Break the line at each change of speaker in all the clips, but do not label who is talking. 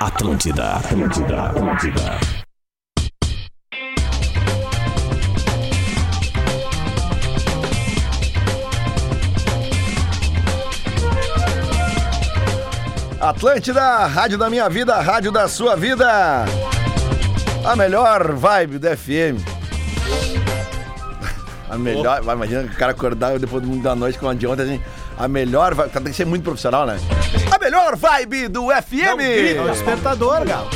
Atlântida, Atlântida, Atlântida.
Atlântida, rádio da minha vida, rádio da sua vida. A melhor vibe do FM. A melhor, vai, imagina o cara acordar depois do mundo da noite com uma de ontem, assim, a melhor vibe, tem que ser muito profissional, né? A melhor vibe do
Não grita, é o
FM.
despertador, Galo.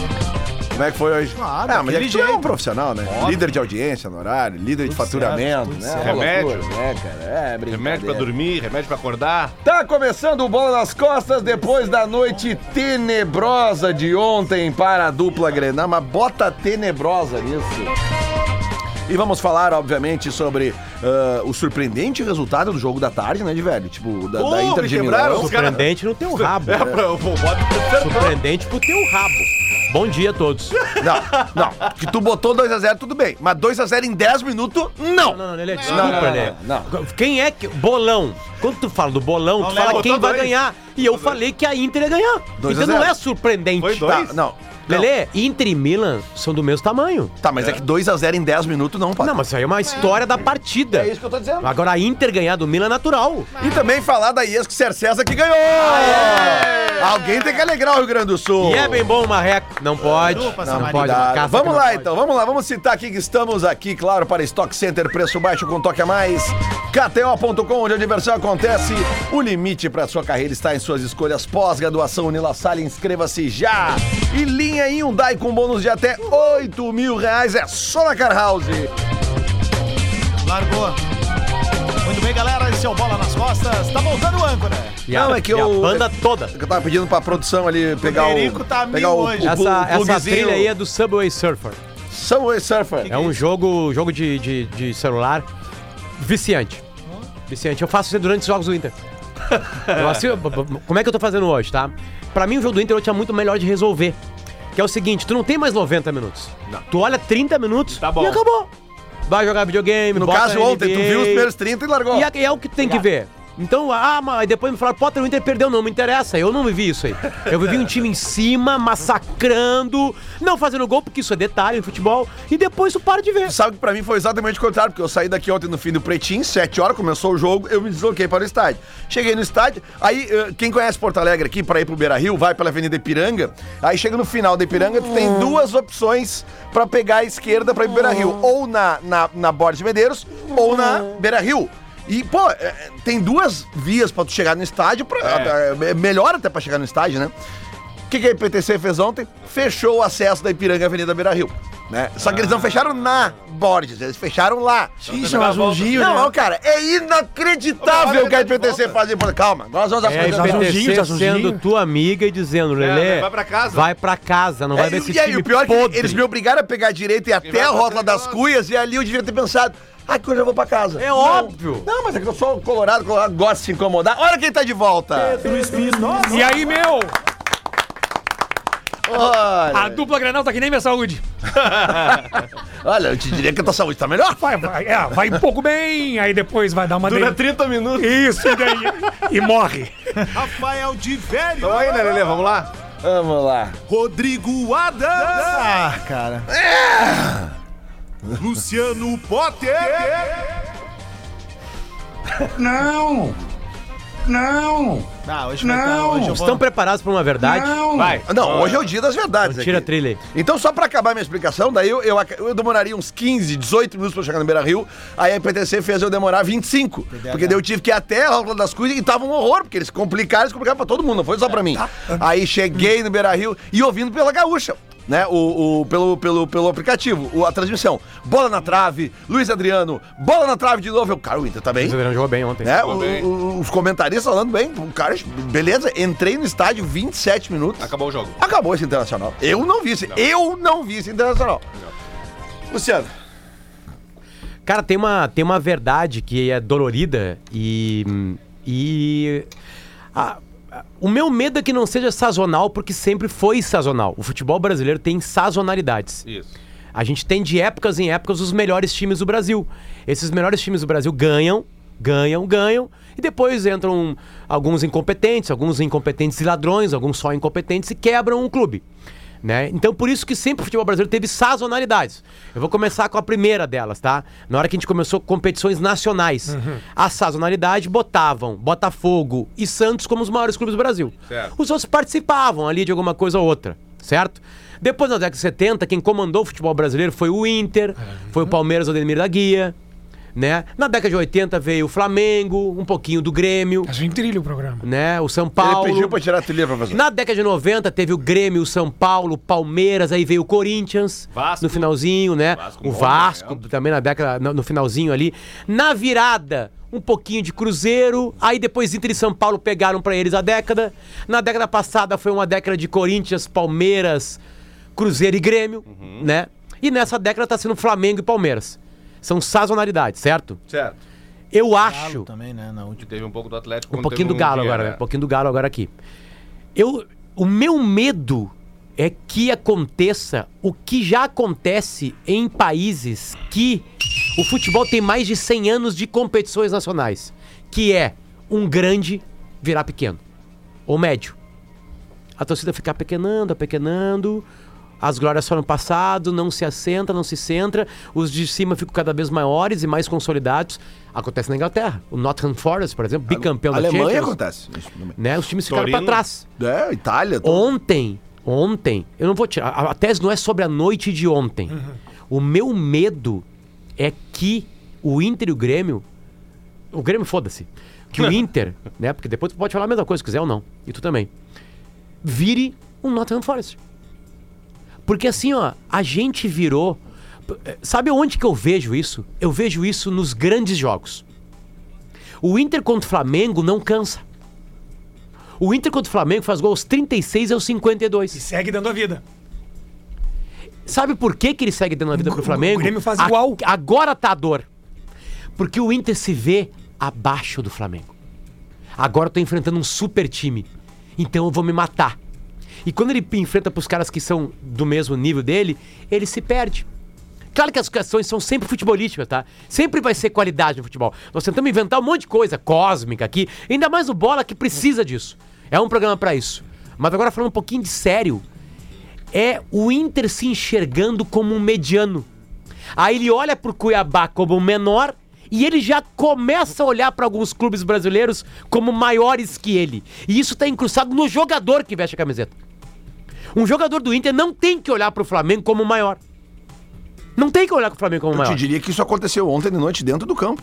Como é que foi hoje?
Claro,
ah, mas é
daquele
que tu é um
jeito.
profissional, né? Líder de audiência no horário, líder de
Tudo
faturamento,
certo, tudo
né?
certo.
Rola
Remédio.
tudo, né, cara? É,
Remédio
brincadeira.
pra dormir, remédio pra acordar.
Tá começando o Bola nas Costas depois da noite tenebrosa de ontem para a dupla Grenal, mas bota tenebrosa nisso. E vamos falar, obviamente, sobre ah, o surpreendente resultado do jogo da tarde, né, de velho? Tipo, da, da
Pô,
Inter
me
de
quebraram
Milão.
os caras.
Surpreendente no teu um rabo.
É, pra, o Bob
Surpreendente pro teu rabo. Bom dia a todos.
Não, não. Que tu botou 2x0, tudo bem. Mas 2x0 em 10 minutos, não.
Não,
é
não, Lelê,
não, não,
desculpa,
não,
Lelê.
não,
Quem é que. Bolão. Quando tu fala do bolão,
Não,
tu
Lelê,
fala quem
botou
vai
dois.
ganhar. E eu falei que a Inter ia ganhar.
Dois a
Então não
zero.
é surpreendente.
Foi dois.
Tá, não.
Lelê, Inter e Milan são do mesmo tamanho.
Tá, mas é, que 2x0 em 10 minutos não, pode.
Não, mas isso aí é uma história da partida.
É isso que eu tô dizendo.
Agora a Inter ganhar do Milan é natural.
E também falar da Iesco Cercesa que ganhou! Alguém tem que alegrar o Rio Grande do Sul.
E é bem bom o Marreco. Não pode.
Opa,
Não,
Samarico.
pode.
Cuidado.
Macaça,
vamos
não
lá
pode.
então, vamos lá, vamos citar aqui que estamos aqui, claro, para Stock Center, preço baixo com toque a mais. KTO.com, onde a diversão acontece. O limite para sua carreira está em suas escolhas. Pós-graduação Unila Salle, inscreva-se já. E linha Hyundai com bônus de até 8 mil reais. É só na Car House.
Largou. Muito bem, galera. Esse é o Bola nas Costas. Tá voltando o âncora.
E a,
Não, é que
e a
eu-
banda toda.
Eu tava pedindo pra produção ali pegar o.
Federico tá mil
pegar o,
hoje.
o,
Essa,
o
essa
plugzinho.
trilha aí é do Subway Surfer.
Subway Surfer.
É um jogo, jogo de, de, de celular viciante. Viciante. Eu faço isso durante os jogos do Inter. Eu assi- b- b- como é que eu tô fazendo hoje, tá? Pra mim, o jogo do Inter hoje é muito melhor de resolver. Que é o seguinte, tu não tem mais 90 minutos. Tu olha 30 minutos
Tá bom.
e acabou. Vai jogar videogame,
No
bota
caso, ontem, tu
NBA.
viu os primeiros 30 e largou.
E é, e é o que tu tem que ver. Então, ah, mas depois me falaram, Potter, o Inter perdeu. Não, me interessa, eu não vivi isso aí. Eu vivi um time em cima, massacrando, não fazendo gol, porque isso é detalhe no futebol, e depois tu para de ver.
Tu sabe que pra mim foi exatamente o contrário, porque eu saí daqui ontem no fim do Pretinho, 7 horas, começou o jogo, eu me desloquei para o estádio. Cheguei no estádio, aí eh, quem conhece Porto Alegre aqui, pra ir pro Beira Rio, vai pela Avenida Ipiranga, aí chega no final da Ipiranga, tu
Hum.
tem duas opções pra pegar a esquerda pra ir pro Beira
Hum.
Rio, ou na, na, na Borges de Medeiros, ou na Beira Rio. E, pô, eh, tem duas vias pra tu chegar no estádio, pra,
É.
eh, melhor até pra chegar no estádio, né? O que, que a IPTC fez ontem? Fechou o acesso da Ipiranga à Avenida Beira Rio. Né? Só que eles
Ah.
não fecharam na Borges, eles fecharam lá.
Isso, mas um giro,
né?
Não, não, cara, é inacreditável o que a IPTC faz. em Porto- Calma, nós vamos
É,
aprender.
a
Zazunzinho,
IPTC
Zazunzinho.
sendo tua amiga e dizendo, Lelê,
vai pra casa.
vai pra casa, não vai ver
É,
esse
e, aí,
time
o pior é que
podre.
eles me obrigaram a pegar direito e até
vai
a
fazer
Rota das
negócio?
Cuias, e ali eu devia ter pensado, ah, que hoje eu vou pra casa.
É
Não.
óbvio.
Não, mas é que eu sou colorado, colorado, gosto de se incomodar. Olha quem tá de volta.
E aí, meu?
Olha,
A dupla Granal tá que nem minha saúde.
olha, eu te diria que a tua saúde tá melhor.
Vai, vai, é, vai um pouco bem, aí depois vai dar uma...
Dura
dele-
30 minutos.
Isso, e daí... e morre.
Rafael de Velho.
Então aí, né, Lelê? Vamos lá?
Vamos lá.
Rodrigo Adams. É.
Ah, cara.
Luciano Potter.
Não! Não!
Ah, hoje
Não.
Hoje eu vou...
Estão preparados pra uma verdade?
Não!
Vai.
Não, hoje é o dia das verdades.
Ah, Tira a
aqui.
trilha aí.
Então, só pra acabar minha explicação, daí eu, eu, ac- eu demoraria uns 15, 18 minutos pra chegar no Beira Rio, aí a IPTC fez eu demorar 25. Porque daí eu tive que ir até a Rota das Cruzes e tava um horror, porque eles complicaram, eles complicaram pra todo mundo, não foi só pra mim. Aí cheguei no Beira Rio e ouvindo pela gaúcha. Né, o, o- pelo, pelo, pelo aplicativo, o- a transmissão. Bola na trave, Luiz Adriano, bola na trave de novo. Eu, cara, o Inter tá bem.
O Adriano jogou bem ontem.
Né,
Jogou
o-
bem.
o- os comentaristas falando bem. O cara, beleza, entrei no estádio 27 minutos.
Acabou o jogo.
Acabou esse internacional. Eu não vi esse. Eu não vi esse internacional. Luciano.
Cara, tem uma, tem uma verdade que é dolorida e. E. a- a- o meu medo é que não seja sazonal, porque sempre foi sazonal. O futebol brasileiro tem sazonalidades.
Isso.
A gente tem de épocas em épocas os melhores times do Brasil. Esses melhores times do Brasil ganham, ganham, ganham, e depois entram alguns incompetentes, alguns incompetentes e ladrões, alguns só incompetentes e quebram o clube. né? Então por isso que sempre o futebol brasileiro teve sazonalidades. Eu vou começar com a primeira delas, tá? Na hora que a gente começou competições nacionais, a sazonalidade botavam Botafogo e Santos como os maiores clubes do Brasil.
Certo.
Os outros participavam ali de alguma coisa ou outra, certo? Depois, na década de 70, quem comandou o futebol brasileiro foi o Inter,
É.
foi o Palmeiras, o Ademir da Guia, né? Na década de 80 veio o Flamengo, um pouquinho do Grêmio,
Mas um trilho o programa.
né? O São Paulo.
Ele pediu pra tirar a trilha, professor.
Na década de 90 teve o Grêmio, o São Paulo, Palmeiras, aí veio o Corinthians
Vasco.
no finalzinho, né?
Vasco,
o
bom
Vasco
momento.
também na década no, no finalzinho ali. Na virada um pouquinho de Cruzeiro, aí depois Inter e São Paulo pegaram pra eles a década. Na década passada foi uma década de Corinthians, Palmeiras, Cruzeiro e Grêmio,
Uhum.
né? E nessa década tá sendo Flamengo e Palmeiras. São sazonalidades, certo?
Certo.
Eu acho
também, né? Na última.
Teve um pouco do Atlético.
tá um
quando
pouquinho
teve
do Galo
dia,
agora, né?
né?
Um pouquinho do Galo agora aqui. Eu, o meu medo é que aconteça o que já acontece em países que o futebol tem mais de 100 anos de competições nacionais, que é um grande virar pequeno ou médio. A torcida ficar pequenando, apequenando. As glórias foram passado, não se assenta, não se centra. Os de cima ficam cada vez maiores e mais consolidados. Acontece na Inglaterra. O Nottingham Forest, por exemplo, bicampeão da
Alemanha
Champions.
acontece. Isso também.
Né? Os times ficaram pra
Torino.
trás.
É, Itália. tudo.
Ontem, ontem, eu não vou tirar. A, a tese não é sobre a noite de ontem. O meu medo é que o Inter e o Grêmio. O Grêmio, foda-se. Que o Inter, né? Porque depois tu pode falar a mesma coisa, se quiser ou não. E tu também. Vire um Nottingham Forest. Porque assim, ó, a gente virou. Sabe onde que eu vejo isso? Eu vejo isso nos grandes jogos. O Inter contra o Flamengo não cansa. O Inter contra o Flamengo faz gol aos 36 e aos 52.
Segue dando a vida.
Sabe por que, que ele segue dando a vida
O-
pro Flamengo?
o Grêmio faz igual.
Agora tá a dor. Porque o Inter se vê abaixo do Flamengo. Agora eu tô enfrentando um super time. Então eu vou me matar. E quando ele enfrenta pros caras que são do mesmo nível dele, ele se perde. Claro que as questões são sempre futebolísticas, tá? Sempre vai ser qualidade no futebol. Nós tentamos inventar um monte de coisa cósmica aqui, ainda mais o Bola que precisa disso. É um programa pra isso. Mas agora falando um pouquinho de sério, é o Inter se enxergando como um mediano. Aí ele olha pro Cuiabá como um menor e ele já começa a olhar pra alguns clubes brasileiros como maiores que ele. E isso tá incrustado no jogador que veste a camiseta. Um jogador do Inter não tem que olhar pro Flamengo como o maior. Não tem que olhar pro Flamengo como o
Eu te
maior.
diria que isso aconteceu ontem de noite dentro do campo.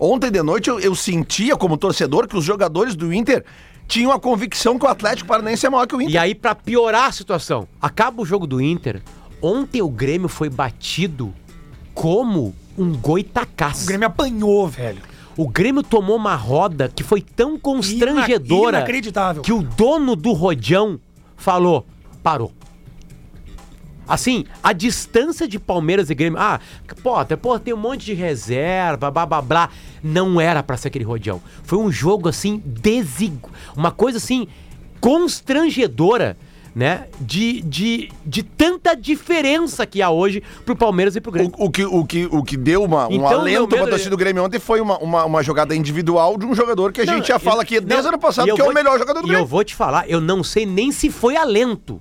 Ontem de noite eu, eu sentia como torcedor que os jogadores do Inter tinham a convicção que o Atlético Paranaense é maior que o Inter.
E aí, pra piorar a situação, acaba o jogo do Inter. Ontem o Grêmio foi batido como um goitacás.
O Grêmio apanhou, velho.
O Grêmio tomou uma roda que foi tão constrangedora
Ina- inacreditável.
que o dono do Rodião falou: parou. Assim, a distância de Palmeiras e Grêmio. Ah, pô, até pô, tem um monte de reserva, blá blá blá. Não era pra ser aquele Rodião. Foi um jogo assim, desigual. Uma coisa assim, constrangedora, né? De, de, de tanta diferença que há hoje pro Palmeiras e pro Grêmio.
O, o que, o, que, o que deu uma, um
Então, meu
alento
medo
pra
é-
torcida do Grêmio ontem foi uma, uma, uma jogada individual de um jogador que a gente
Não,
já fala
eu-
aqui desde o
não,
ano
e
passado
eu
que é o
vou-
melhor jogador do
E eu
Grêmio.
vou te falar, eu não sei nem se foi alento.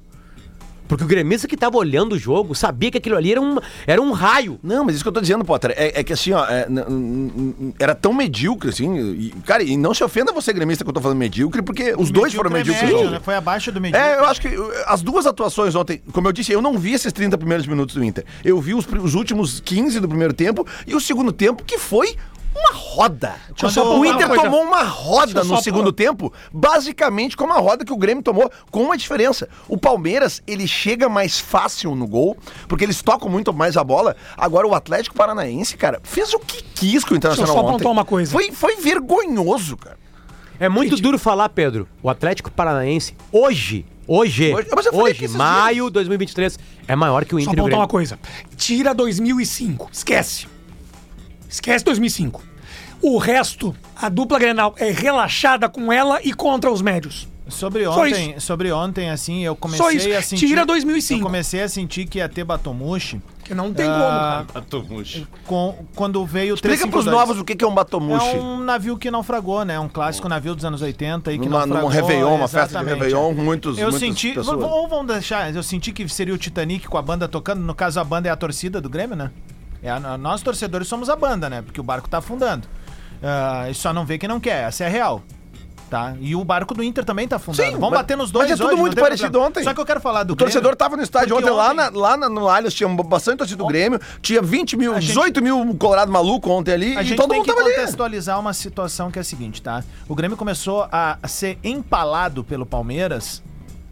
Porque o gremista que tava olhando o jogo sabia que aquilo ali era um, era um raio.
Não, mas isso que eu tô dizendo, Potter, é, é que assim, ó, é, n- n- n- era tão medíocre, assim, e- cara, e não se ofenda você, gremista, que eu tô falando medíocre, porque os dois foram medíocres.
médio,
ontem.
né? Foi abaixo do medíocre.
É, eu acho que uh, as duas atuações ontem, como eu disse, eu não vi esses 30 primeiros minutos do Inter. Eu vi os, pri- os últimos 15 do primeiro tempo e o segundo tempo, que foi uma roda.
eu só
o
apontar
Inter
uma
coisa.
tomou uma roda
eu só
no segundo tempo, basicamente como a roda que o Grêmio tomou, com uma diferença. O Palmeiras, ele chega mais fácil no gol, porque eles tocam muito mais a bola. Agora, o Atlético Paranaense, cara, fez o que quis com o Internacional
só
ontem.
apontar uma coisa.
Foi, foi vergonhoso, cara.
É muito duro falar, Pedro. O Atlético Paranaense, hoje, hoje,
Hoje-
hoje,
mas eu falei que esses
maio
dias-
de 2023, é maior que o
Só
Inter e o
apontar
Grêmio.
uma coisa. Tira 2005. Esquece. Esquece 2005. O resto, a dupla Grenal é relaxada com ela e contra os médios.
Sobre
Só
ontem, sobre ontem, assim, eu comecei
Só isso.
a sentir.
Tira 2005.
Eu comecei a sentir que ia ter Batomushi Ah,
Que não tem como, cara.
Batomuxo.
Com, quando veio o
Explica pros
352.
novos o que que é um batomuxi.
É um navio que naufragou, né? Um clássico navio dos anos 80 aí que
Numa- num
naufragou.
Réveillon, uma festa de
exatamente,
Réveillon, muitos-
Eu
muitas
senti,
pessoas.
ou vão deixar, eu senti que seria o Titanic com a banda tocando, no caso a banda é a torcida do Grêmio, né? É a- a- nós torcedores somos a banda, né? Porque o barco tá afundando. Ah, e só não vê quem não quer, essa é a real. Tá? E o barco do Inter também tá afundando.
Sim,
Vão
mas-
bater nos dois
mas é tudo
hoje, não
muito
tem
parecido
problema.
ontem.
Só que eu quero falar do
O torcedor
Grêmio,
tava no estádio
porque
ontem, lá, na- lá na- no Allianz tinha bastante torcida do Grêmio, tinha 20 mil,
A gente-
18 mil colorado maluco ontem ali
A
e
gente
todo
tem
mundo
que
tava ali.
contextualizar uma situação que é a seguinte, tá? O Grêmio começou a ser empalado pelo Palmeiras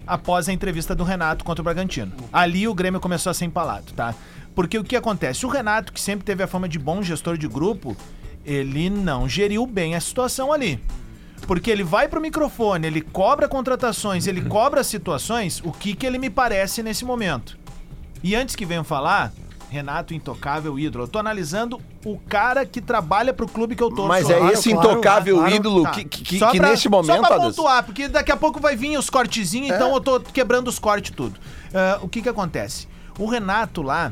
após a entrevista do Renato contra o Bragantino. Ali o Grêmio começou a ser empalado, tá? Porque o que acontece? O Renato, que sempre teve a fama de bom gestor de grupo, ele não geriu bem a situação ali. Porque ele vai pro microfone, ele cobra contratações, ele cobra situações, o que que ele me parece nesse momento? E antes que venham falar, Renato Intocável Ídolo. Eu tô analisando o cara que trabalha pro clube que eu torço.
Mas é
Claro,
esse
claro,
intocável
claro.
ídolo
Tá.
que, que- que-
Só
que
pra-
nesse momento, É.
Só pra
Adas,
pontuar, porque daqui a pouco vai vir os cortezinhos, então eu tô quebrando os cortes tudo. Ah, o que que acontece? O Renato lá,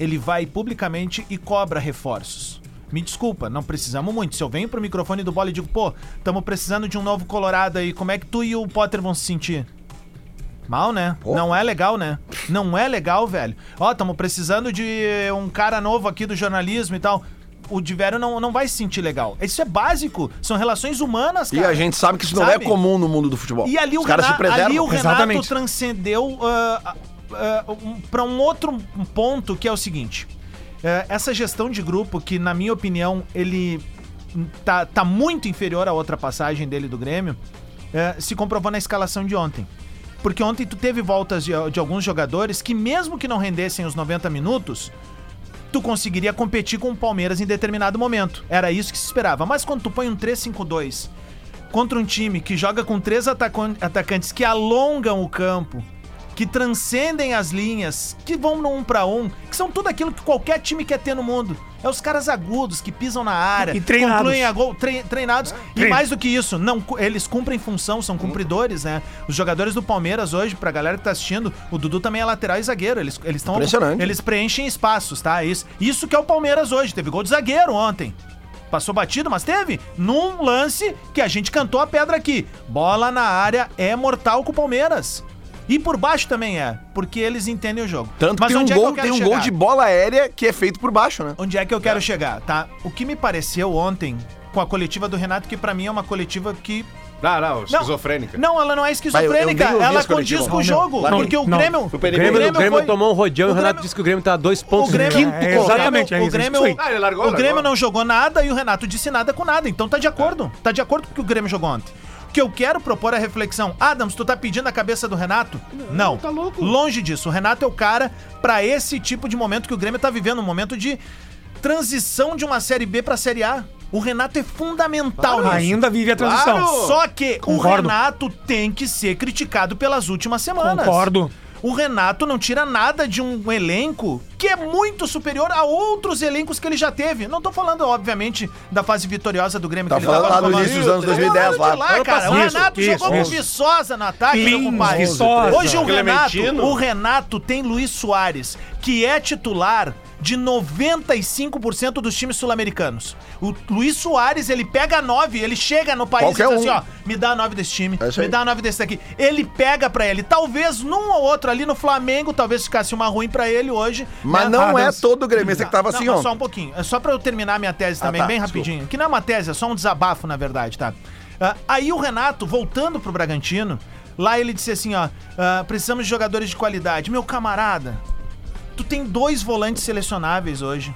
ele vai publicamente e cobra reforços. Me desculpa, não precisamos muito. Se eu venho pro microfone do bola e digo, pô, estamos precisando de um novo Colorado aí, como é que tu e o Potter vão se sentir? Mal, né? Não é legal, né? Não é legal, velho. Ó, estamos precisando de um cara novo aqui do jornalismo e tal. O Diverio não, não vai se sentir legal. Isso é básico. São relações humanas,
e
cara.
a gente sabe que isso não
Sabe?
é comum no mundo do futebol.
E ali o,
Os caras se
Renato,
preservam.
ali o Renato
Exatamente.
transcendeu para um outro ponto que é o seguinte: Ah, essa gestão de grupo, que na minha opinião ele tá, tá muito inferior à outra passagem dele do Grêmio, ah, se comprovou na escalação de ontem. Porque ontem tu teve voltas de, de alguns jogadores que, mesmo que não rendessem os 90 minutos, tu conseguiria competir com o Palmeiras em determinado momento. Era isso que se esperava. Mas quando tu põe um 3-5-2 contra um time que joga com três atacon- atacantes que alongam o campo, que transcendem as linhas, que vão no um pra um, que são tudo aquilo que qualquer time quer ter no mundo. É os caras agudos que pisam na área,
E treinados. Ah,
concluem a gol, tre- treinados. E mais do que isso, não cu- eles cumprem função, são cumpridores, né? Os jogadores do Palmeiras hoje, pra galera que tá assistindo, o Dudu também é lateral e zagueiro. Eles eles estão
Impressionante.
eles preenchem espaços, tá? Isso, isso que é o Palmeiras hoje. Teve gol de zagueiro ontem. Passou batido, mas teve. Num lance que a gente cantou a pedra aqui. Bola na área é mortal com o Palmeiras. E por baixo também é, porque eles entendem o jogo.
Tanto que tem um,
onde é que eu
gol,
quero
tem um
chegar?
gol de bola aérea que é feito por baixo, né?
Onde é que eu quero chegar, tá? O que me pareceu ontem com a coletiva do Renato, que pra mim é uma coletiva que
Não, não, esquizofrênica.
Não, ela
Vai, eu- eu
não é
nem
esquizofrênica.
ouvi
ela
esse coletivo.
condiz com o
Não,
jogo.
não,
porque o
não.
Grêmio.
O
O Grêmio, o Grêmio
foi-
tomou um rodeão e
o
o Renato
Grêmio-
disse que o Grêmio tá a dois
o
pontos. do
Grêmio,
Grêmio.
É,
o
exatamente,
Grêmio,
é
o
isso, é
Grêmio,
isso aí.
Ah, ele largou,
o Grêmio
largou. É.
não jogou nada e o Renato disse nada com nada. Então tá de acordo. Tá de acordo com o que o Grêmio jogou ontem. O que eu quero propor é a reflexão. Adams, tu tá pedindo a cabeça do Renato? Não. Tá louco. Longe disso. O Renato é o cara pra esse tipo de momento que o Grêmio tá vivendo, um momento de transição de uma série B pra série A. O Renato é fundamental nisso.
Ainda vive a transição.
Só que o
Concordo.
Renato tem que ser criticado pelas últimas semanas.
Concordo.
O Renato não tira nada de um elenco que é muito superior a outros elencos que ele já teve. Não tô falando, obviamente, da fase vitoriosa do Grêmio
Tá
que
falando
ele
lá do
tomando.
início dos anos
Tô falando
2010 lá.
de lá
Ano
cara. O
passado.
Renato
Isso,
jogou
isso.
com Viçosa no ataque,
Lins,
meu compadre.
Viçosa.
Hoje o Renato,
Clementino.
o Renato tem Luiz Soares, que é titular de 95% dos times sul-americanos. O Luiz Soares, ele pega nove, ele chega no país
Qualquer
e diz assim,
um.
ó, me dá a nove desse time,
É isso
me
aí.
dá a nove desse daqui. Ele pega pra ele. Talvez num ou outro ali no Flamengo, talvez ficasse uma ruim pra ele hoje.
Mas
né?
não é
Adams.
todo gremista que tava
Não,
assim,
mas
ó.
Só um pouquinho. É só pra eu terminar minha tese também,
tá,
bem
desculpa.
rapidinho. Que não é uma tese, é só um desabafo, na verdade, tá? Ah, aí o Renato, voltando pro Bragantino, lá ele disse assim, ó, ah, precisamos de jogadores de qualidade. Meu camarada, tu tem dois volantes selecionáveis hoje.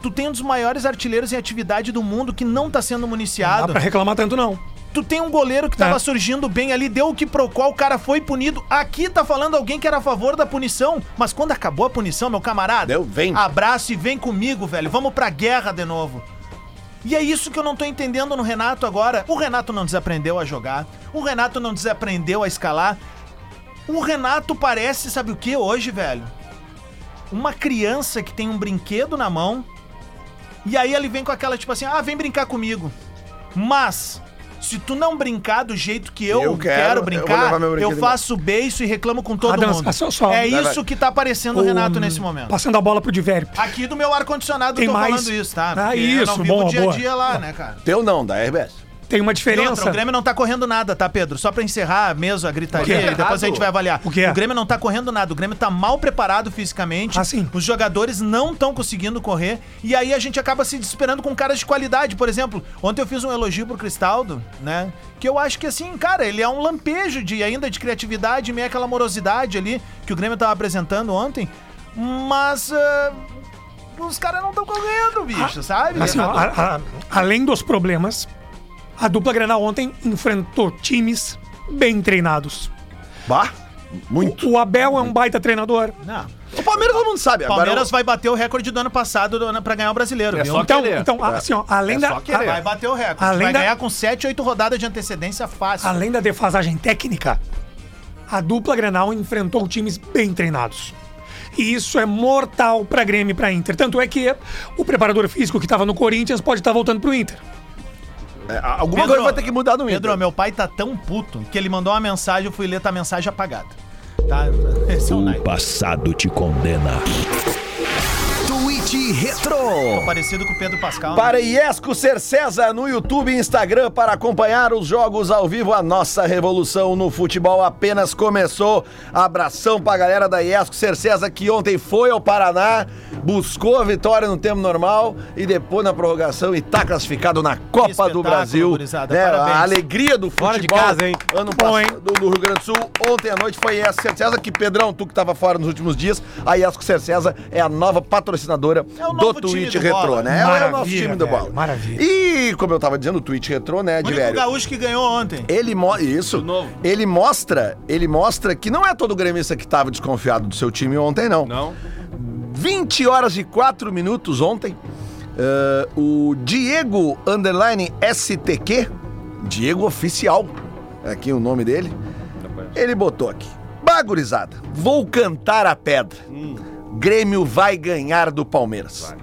Tu tem um dos maiores artilheiros em atividade do mundo que não tá sendo
Não dá
municiado.
pra reclamar tanto, não.
Tu tem um goleiro que tava
É.
surgindo bem ali, deu o que procou, o cara foi punido. Aqui tá falando alguém que era a favor da punição, mas quando acabou a punição, meu camarada,
Deu, vem.
abraço e vem comigo, velho. Vamos pra guerra de novo. E é isso que eu não tô entendendo no Renato agora. O Renato não desaprendeu a jogar, o Renato não desaprendeu a escalar. O Renato parece, sabe o que hoje, velho? Uma criança que tem um brinquedo na mão e aí ele vem com aquela tipo assim: ah, vem brincar comigo. Mas, Se tu não brincar do jeito que eu,
Eu quero,
quero,
eu vou
brincar,
levar meu
eu,
brinquedo embora.
faço beijo e reclamo com todo
Adams,
mundo.
ah, só- só-
é
Vai,
isso que tá aparecendo o Renato nesse momento.
Passando a bola pro Diverp.
Aqui do meu ar-condicionado
Tem
eu tô
mais?
falando isso, tá?
Ah,
Porque eu não
isso,
vivo
boa,
o dia a
boa.
dia lá, né, cara?
Teu não, da RBS.
Tem uma
E outra,
diferença.
o Grêmio não tá correndo nada, tá, Pedro? Só pra encerrar mesmo a gritaria
O quê?
e depois a gente vai avaliar.
O quê?
Grêmio não tá correndo nada, o Grêmio tá mal preparado fisicamente.
Ah, sim.
Os jogadores não estão conseguindo correr. E aí a gente acaba se desesperando com caras de qualidade. Por exemplo, ontem eu fiz um elogio pro Cristaldo, né? Que eu acho que assim, cara, ele é um lampejo de ainda de criatividade, meio aquela morosidade ali que o Grêmio tava apresentando ontem. Mas. ah, os caras não estão correndo, bicho, sabe?
Assim, ó, a- a- além dos problemas, a dupla Grenal ontem enfrentou times bem treinados.
Bah, muito.
O Abel é um baita treinador.
Não.
O É Palmeiras todo mundo sabe. Agora
Palmeiras
eu-
vai bater o recorde do ano passado do, ano- pra ganhar o brasileiro, viu?
É só
Então,
querer. É
então a- assim, ó, além, da,
só querer.
Vai bater o recorde.
Além
vai
da-
ganhar com 7, 8 rodadas de antecedência fácil.
além da defasagem técnica, a dupla Grenal enfrentou times bem treinados. E isso é mortal pra Grêmio e pra Inter. Tanto é que o preparador físico que tava no Corinthians pode estar voltando pro Inter.
é, alguma coisa vai ter que mudar no
Pedro,
Inter.
meu pai tá tão puto que ele mandou uma mensagem, eu fui ler tá mensagem apagada. Tá? Esse é o
O
Nike.
passado te condena.
Tweet Retro.
Parecido com o Pedro Pascal. né?
Para Iesco Ser César no YouTube e Instagram para acompanhar os jogos ao vivo. A nossa revolução no futebol apenas começou. Abração pra galera da Iesco Ser César que ontem foi ao Paraná, buscou a vitória no tempo normal e depois na prorrogação e tá classificado na Copa do
espetáculo,
Brasil.
gurizada.
Né,
Parabéns.
a alegria do futebol.
Fora de casa, hein?
Ano
Bom, hein?
passado do, do Rio Grande do Sul. Ontem à noite foi a Iesco Ser César que Pedrão, tu que tava fora nos últimos dias, a Iesco Ser César é a nova patrocinadora
É o
do
novo time
Twitch
do
Retrô,
Bola.
né? é o nosso
Maravilha,
time do
velho,
bola.
maravilha.
E, como eu tava dizendo, o Twitch retrô, né,
O único
Diverio?
gaúcho que ganhou ontem.
Ele mo isso.
novo.
Ele mostra, ele mostra que não é todo gremista que tava desconfiado do seu time ontem, não.
Não?
20 horas e 4 minutos ontem, eh, o Diego Underline STQ, Diego Oficial, é aqui o nome dele, ele botou aqui. Bagurizada, vou cantar a pedra.
Hum.
Grêmio vai ganhar do Palmeiras.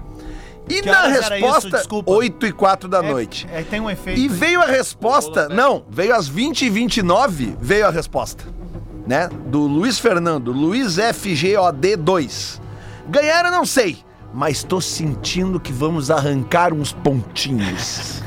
E
Que
na
horas era isso?
resposta,
Desculpa.
8 e 4 da
É-
noite.
É, tem um efeito.
E
aí.
veio a resposta, não, veio às 20 e 29 veio a resposta, né? Do Luiz Fernando, Luiz FGOD2. Ganharam, não sei, mas tô sentindo que vamos arrancar uns pontinhos.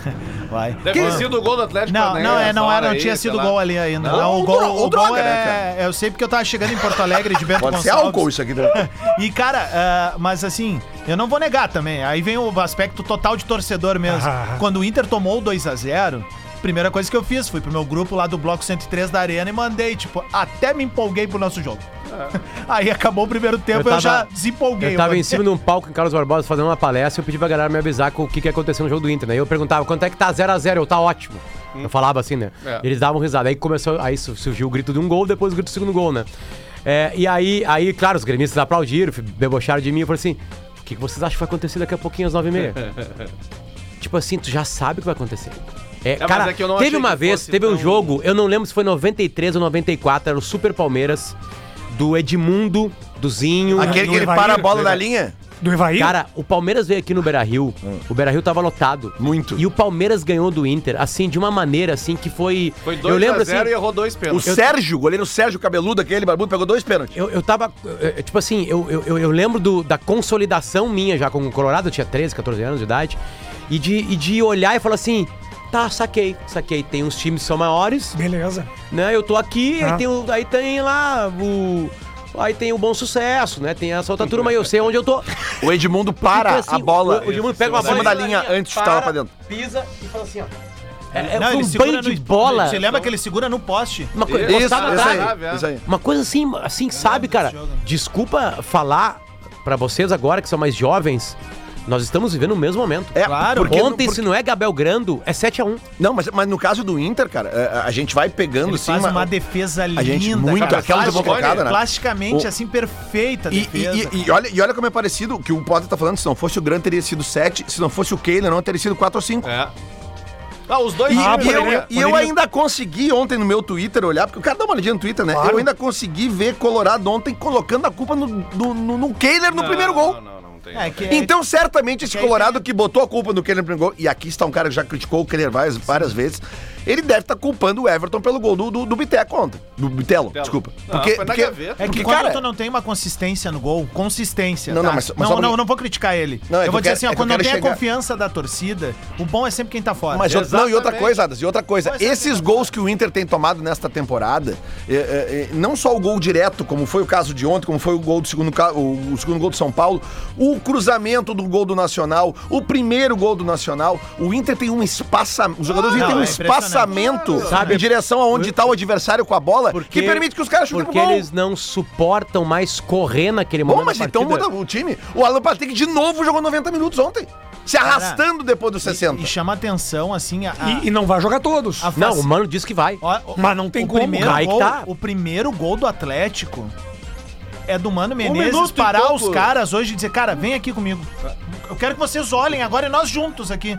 Vai.
Deve ter sido o gol do Atlético
Não,
Paranaense
não, é, não,
essa
era, não
hora
tinha
aí,
sido
sei
gol
lá.
ali ainda.
Não,
Não, o
ou
gol,
dro- ou
o gol
droga, né,
é, Eu sei porque eu tava chegando em Porto Alegre de Bento
Pode ser
Gonçalves.
álcool isso aqui. né?
E, cara, ah, mas assim, eu não vou negar também. Aí vem o aspecto total de torcedor mesmo.
Ah.
Quando o Inter tomou o 2x0, primeira coisa que eu fiz, fui pro meu grupo lá do Bloco 103 da Arena e mandei, tipo, até me empolguei pro nosso jogo.
Ah.
Aí acabou o primeiro tempo, eu,
tava-
já desempolguei.
Eu tava
mandei-
em cima de um palco em Carlos Barbosa fazendo uma palestra e eu pedi pra galera me avisar com o que, que aconteceu no jogo do Inter, né? Eu perguntava quanto é que tá 0x0, eu tá ótimo. Eu falava assim, né?
É.
Eles davam risada. Aí começou, aí su- surgiu o grito de um gol, depois o grito do segundo gol, né? É, e aí, aí, claro, os gremistas aplaudiram, f- debocharam de mim e falaram assim: o que, que vocês acham que vai acontecer daqui a pouquinho às 9h30? tipo assim, tu já sabe o que vai acontecer. É,
mas
cara,
é que eu não
teve
achei
uma
que
vez,
fosse
teve um
tão-
jogo, eu não lembro se foi 93 ou 94, era o Super Palmeiras, do Edmundo, do Zinho.
Aquele que ele para a bola na linha?
Do Evaí?
Cara, o Palmeiras veio aqui no Beira Rio. O Beira Rio tava lotado.
Hum. Muito.
E o Palmeiras ganhou do Inter, assim, de uma maneira assim que foi.
Foi 2
eu lembro assim.
e errou dois
O
pênaltis.
Sérgio, goleiro Sérgio Cabeludo, aquele barbudo, pegou dois pênaltis.
Eu, eu tava. eh, Tipo assim, eu, eu- eu, eu lembro do- da consolidação minha já com o Colorado, eu tinha 13, 14 anos de idade. E de, e de olhar e falar assim: tá, saquei, saquei. Tem uns times que são maiores,
Beleza.
né? Eu tô aqui,
Tá.
Ah.
aí, tem o- aí tem lá o. Aí tem o bom sucesso, né? Tem essa outra turma, aí eu sei onde eu tô.
O Edmundo para
Porque, assim,
a bola.
O, o Edmundo pega uma
Em cima
bola
da linha, antes de chutar lá pra dentro.
Pisa e fala assim, ó. É, é, foi
Não, ele
um
segura
banho de
no-
bola.
Você lembra que ele é segura no poste?
Uma coisa,
Isso,
encostava
isso
atrás.
trave, é.
isso aí.
Uma coisa assim, assim, sabe, cara?
esse jogo.
Desculpa falar pra vocês agora que são mais jovens. Nós estamos vivendo o mesmo momento.
É,
Claro.
porque-
Ontem, se não é Gabriel Grando, é 7x1.
Não, mas, mas no caso do Inter, cara, é, a gente vai pegando
Ele
sim,
faz
mas-
uma defesa linda,
a gente muito, aquela
Plástica-
do Boca Jogada, né?
Plasticamente,
O-
assim, perfeita a
E, e-
defesa.
e- e olha, e olha como é parecido o que o Potter tá falando. Se não fosse o Grant, teria sido 7. Se não fosse o Keyler, não teria sido 4 ou 5.
É. Ah, os dois
E,
times,
e eu,
né?
e eu ainda consegui ontem no meu Twitter olhar, porque o cara dá uma olhadinha no Twitter, né? Eu ainda consegui ver Colorado ontem colocando a culpa no, no, no, no Keyler no
Não,
primeiro gol.
Não, não, não. tem.
É, que é-
Então, certamente, esse
aí
Colorado que botou a culpa no Kenner pro gol, e aqui está um cara que já criticou o Kenner várias, várias vezes, ele deve estar culpando o Everton pelo gol do, do, do Biteco ontem. Do Bitelo, desculpa.
Não,
porque,
foi na
porque,
gaveta.
É que
porque,
quando
cara,
tu não tem uma consistência no gol, consistência.
Não,
tá?
não, mas- mas só
não,
pra-
não, não vou criticar ele.
Não, é que
eu vou
eu
dizer
quero-
assim,
é
ó,
que eu
quando não
quero
tem
chegar-
a confiança da torcida, o bom é sempre quem tá fora.
Mas outra- não, e outra
Exatamente.
coisa, Adas, e outra coisa.
Pois é,
Esses gols que o Inter tem tomado nesta temporada, é, é, é, não só o gol direto, como foi o caso de ontem, como foi o gol do segundo, ca- o, o segundo gol do São Paulo, o cruzamento do gol do Nacional, o primeiro gol do Nacional, o Inter tem um espaçamento. Os jogadores do Inter
Não,
têm um
é impressionante.
espaçamento
Sabe?
em direção aonde está o adversário com a bola,
Porque-
que permite que os caras chutem pro
Porque
gol.
eles não suportam mais correr naquele
Bom,
momento.
mas
da
então
partida.
muda o time. O Alan Patrick de novo jogou 90 minutos ontem. Se arrastando depois dos 60.
E chama atenção, assim, a. a-
Ah.
E, e não vai jogar todos.
a
Não,
faci-
o mano disse que vai.
Ó, o-
Mas não tem
o
como,
Primeiro
cara. Aí que
gol,
tá.
O primeiro gol do Atlético é do
Um
Mano Menezes
minuto e
parar
pouco.
os caras hoje e dizer, cara, vem aqui comigo. Eu quero que vocês olhem agora e nós juntos aqui.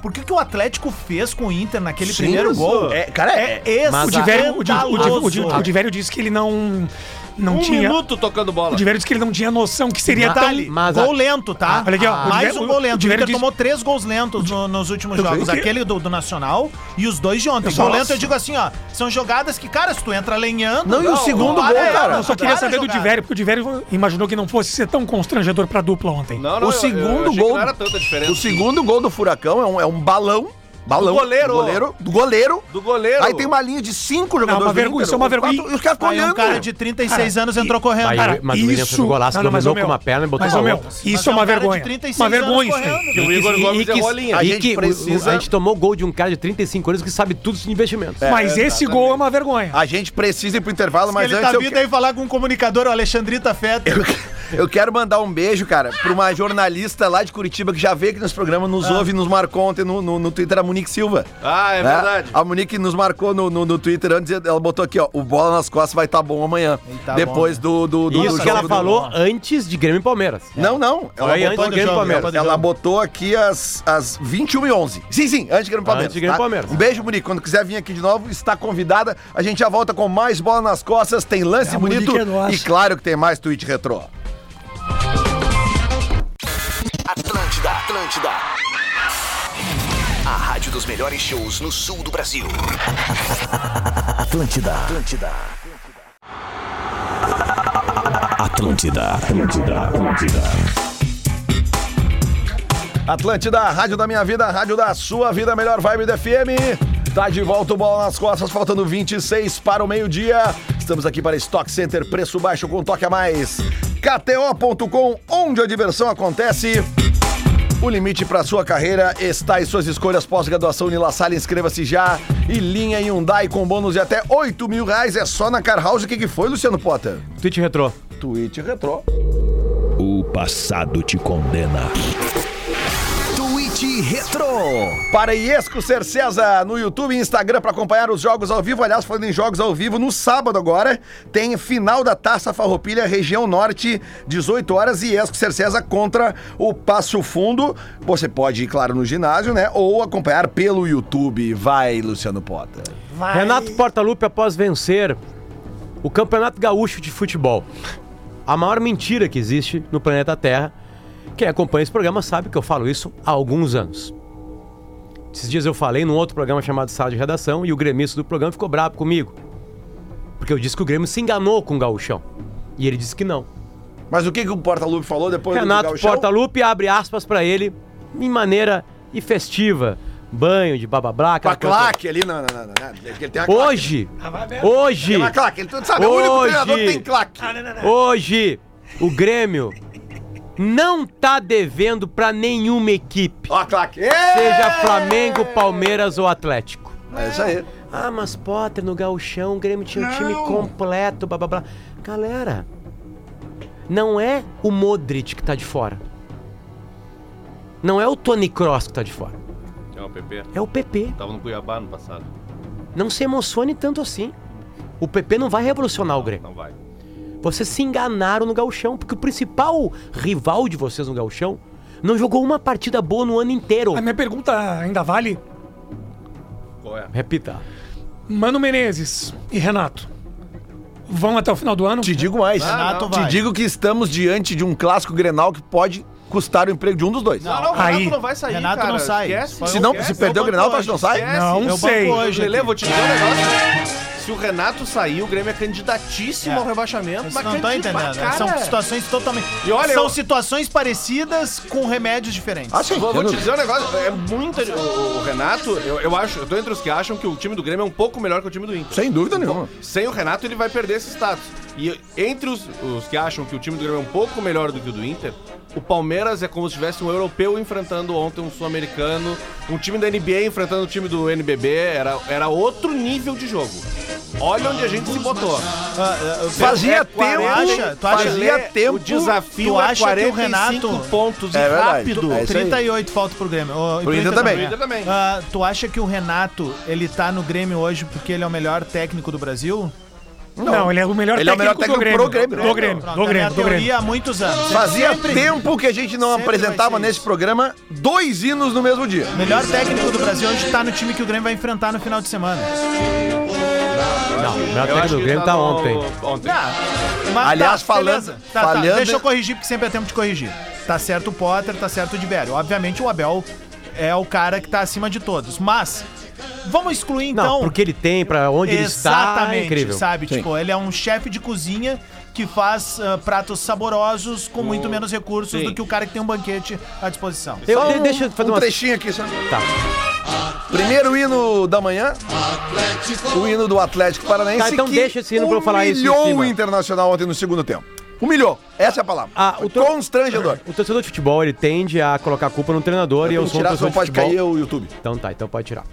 Por que, que o Atlético fez com o Inter naquele
Sim,
primeiro
isso.
gol?
É, cara, é-
O
Mas a-
Diverio, o, Di- o Di- o Di- o
escandaloso.
Diverio disse que ele não, não
Um
tinha.
minuto tocando bola.
O Diverio disse que ele não tinha noção que seria tão.
Detalhe,
mas a-
gol lento, tá?
Olha aqui, ó, o
Mais
Diver-
um gol
o
lento. O
Diver
Inter
disse-
tomou três gols lentos no- nos últimos jogos.
que-
Aquele do, do Nacional e os dois de ontem.
só-
Gol lento, eu digo assim, ó. São jogadas que, cara, se tu entra lenhando...
Não, e o segundo
para
gol,
ela,
cara.
não
Eu só queria
para
saber do
jogada.
Diverio, porque o Diverio imaginou que não fosse ser tão constrangedor pra dupla ontem.
Não,
o
eu- eu
segundo
achei que
gol.
Não era tanta diferença.
O segundo gol do Furacão é um, é um balão. Balão.
Do goleiro.
Do goleiro. Do goleiro.
Do goleiro.
Aí tem uma linha de cinco
uma
jogadores. do
vergonha,
Inter,
isso é uma
quatro,
vergonha.
E os caras ficam
Aí um
olhando.
cara de 36
Cara,
anos entrou correndo.
Aí,
Cara,
mas o William fez
isso-
um golaço,
Não,
não,
não, mas,
dominou
ô, meu,
com uma perna e botou
Mas,
na
ô, meu,
outra.
isso é
é um
uma
cara de
vergonha.
36
Uma
anos
vergonha isso
correndo.
aí.
Que o Igor Gomes é errou a linha.
A,
A
e
gente
que o- o-
precisa-
a gente tomou gol de um cara de 35 anos que sabe tudo de investimentos.
Mas esse gol é uma vergonha.
A gente precisa ir pro intervalo, mas
ele
antes
tá
eu,
vindo aí falar com um comunicador, o Alexandrita Feta.
eu quero mandar um beijo, cara, pra uma jornalista lá de Curitiba que já veio aqui nesse programa, nos ouve e nos marcou ontem no, no, no Twitter, a Monique Silva.
Ah, é
Né?
verdade.
A Monique nos marcou no, no, no Twitter antes, ela botou aqui, ó, o bola nas costas vai estar bom amanhã.
tá
depois do, do, do,
Isso
do
que ela
jogo do-
falou antes de Grêmio e Palmeiras.
Não, não. Ela
Foi É. antes
botou
do Grêmio
jogo,
Palmeiras.
Ela ela botou aqui às, às 21 e 11 Sim, sim, antes do Grêmio Palmeiras.
de Grêmio
tá?
Palmeiras.
Um beijo, Monique. Quando quiser vir aqui de novo, está convidada. A gente já volta com mais bola nas costas. Tem lance
A Monique
bonito.
é nossa.
e claro que tem mais tweet retrô.
Atlântida, Atlântida. A rádio dos melhores shows no sul do Brasil.
Atlântida. Atlântida. Atlântida. Atlântida. Atlântida.
Atlântida, a rádio da minha vida, a rádio da sua vida, a melhor vibe do FM. Tá de volta o bola nas costas, faltando 26 para o meio-dia. Estamos aqui para Stock Center, preço baixo com toque a mais. KTO.com, onde a diversão acontece. O limite para sua carreira está em suas escolhas pós-graduação Unila Salle. Inscreva-se já. E linha Hyundai com bônus de até 8 mil reais. É só na Car House. O que, que foi, Luciano Potter?
Tweet retrô.
Tweet retrô.
O passado te condena.
Tweet Retro.
Para Iesco Ser César no YouTube e Instagram para acompanhar os jogos ao vivo. Aliás, falando em jogos ao vivo, no sábado agora tem final da Taça Farroupilha, região norte, 18 horas, e Iesco Ser César contra o Passo Fundo. Você pode ir, claro, no ginásio, né? Ou acompanhar pelo YouTube. Vai, Luciano Potter.
Renato Portaluppi, após vencer o Campeonato Gaúcho de Futebol, a maior mentira que existe no planeta Terra, quem acompanha esse programa sabe que eu falo isso há alguns anos. Esses dias eu falei num outro programa chamado Sala de Redação e o gremista do programa ficou bravo comigo. Porque eu disse que o Grêmio se enganou com o Gaúchão. E ele disse que não.
Mas o que, que o Porta-Lupe falou depois
Renato
Gauchão?
Portaluppi abre aspas pra ele em maneira e festiva. Banho de babablá,
Com a
aquela coisa toda.
claque ali. Não, não, não. não, não. Ele tem uma claque.
Hoje, hoje,
Tem uma claque. Ele, tu sabe, é o único
Hoje.
treinador que tem claque.
hoje, o Grêmio não tá devendo pra nenhuma equipe,
Ó a claque.
seja Flamengo, Palmeiras ou Atlético.
É isso aí.
Ah, mas Potter no gauchão, o Grêmio tinha um time completo, blá blá blá. Galera, não é o Modric que tá de fora. Não é o Tony Cross que tá de fora.
É o PP.
É o PP.
Tava no Cuiabá no passado.
Não se emocione tanto assim. O PP não vai revolucionar o Grêmio.
Não Então vai.
Vocês se enganaram no gauchão, porque o principal rival de vocês no gauchão não jogou uma partida boa no ano inteiro.
Ah,
A minha pergunta ainda vale?
Qual é?
Repita.
Mano Menezes e Renato vão até o final do ano?
Te digo mais.
Renato
Te
vai.
digo que estamos diante de um clássico Grenal que pode custar o emprego de um dos dois.
Não, não, o
Aí.
Renato não vai sair,
Renato
cara.
não sai.
Esquece.
Se não,
esquece.
se perder o
Eu banco
Grenal, tu acha que
hoje,
não sai?
esquece.
Não
Eu banco
sei.
hoje,
aqui.
Lele, vou te dizer um negócio. Se o Renato sair, o Grêmio é candidatíssimo
É.
ao rebaixamento.
Vocês não estão
candidato,
entendendo. né?
cara.
São situações totalmente.
E olha,
São
eu-
situações parecidas com remédios diferentes.
Ah, sim.
Vou, vou
eu não-
te dizer um negócio, é muito. O, o Renato, eu, eu acho, eu tô entre os que acham que o time do Grêmio é um pouco melhor que o time do Inter.
Sem dúvida nenhuma.
Sem o Renato, ele vai perder esse status. E entre os, os que acham que o time do Grêmio é um pouco melhor do que o do Inter, o Palmeiras é como se tivesse um europeu enfrentando ontem um sul-americano, um time da NBA enfrentando o time do NBB, era, era outro nível de jogo. Olha onde a gente se botou.
Ah,
Fazia
É
tempo,
40,
acha- tu acha- é
fazia tempo.
tempo-
O desafio
tu
é
acha que o
45
Renato-
pontos e
É verdade.
rápido.
É isso aí.
38 falta pro Grêmio. Ô, e
Pro Inter também.
Pro Inter também.
Ah, tu acha que o Renato, ele tá no Grêmio hoje porque ele é o melhor técnico do Brasil?
Não, ele é o melhor
Ele é o melhor técnico pro
do Grêmio.
Grêmio.
Do Grêmio,
Pronto,
do
é
Grêmio,
a
do
teoria
Grêmio.
há muitos anos.
Fazia
Sempre-
tempo que a gente não
sempre
apresentava
vai ser
nesse
isso.
programa dois hinos no mesmo dia.
O melhor técnico do Brasil hoje tá no time que o Grêmio vai enfrentar no final de semana.
Não, o melhor
Eu acho
técnico do
que
Grêmio
tá
tá
no-
ontem.
Ontem.
Mas
Ah, Aliás, falando-
beleza. Tá, tá,
falando-
Deixa eu corrigir, porque sempre é tempo de corrigir. Tá certo o Potter, tá certo o Dibério. Obviamente o Abel é o cara que tá acima de todos. Mas, vamos excluir então.
Não, porque ele tem, pra onde ele está, é
Exatamente,
incrível.
sabe? Tipo, ele é um chefe de cozinha que faz ah, pratos saborosos com muito menos recursos do que o cara que tem um banquete à disposição.
Eu,
Só
de-
um-
deixa eu fazer
um
uma...
trechinho aqui, só.
Tá.
Primeiro hino da manhã. O hino do Atlético Paranaense.
Tá, então
que
deixa esse hino pra eu falar isso em
Humilhou o
cima.
Internacional ontem no segundo tempo. Humilhou. Essa é a palavra.
Ah, o
Foi
tro-
Constrangedor.
O torcedor de futebol, ele tende a colocar a culpa no treinador e eu
Tem que
sou um
tirar,
torcedor
senão
de
pode
futebol.
cair o YouTube.
Então tá, então pode tirar.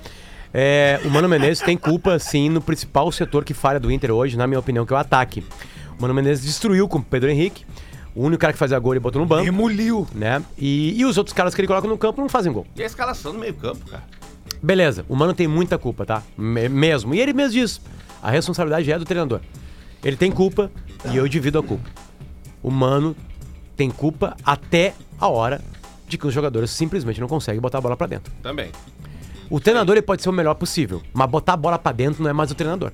É, o Mano Menezes tem culpa, sim, no principal setor que falha do Inter hoje, na minha opinião, que é o ataque. O Mano Menezes destruiu com o Pedro Henrique, o único cara que fazia gol ele botou no banco,
Demoliu.
né? E, e os outros caras que ele coloca no campo não fazem gol.
E a escalação no meio-campo, cara.
Beleza, o Mano tem muita culpa, tá? Me- mesmo. E ele mesmo diz, a responsabilidade é do treinador. Ele tem culpa e eu divido a culpa. O Mano tem culpa até a hora de que os jogadores simplesmente não conseguem botar a bola pra dentro.
Também.
O treinador ele pode ser o melhor possível, mas botar a bola pra dentro não é mais o treinador.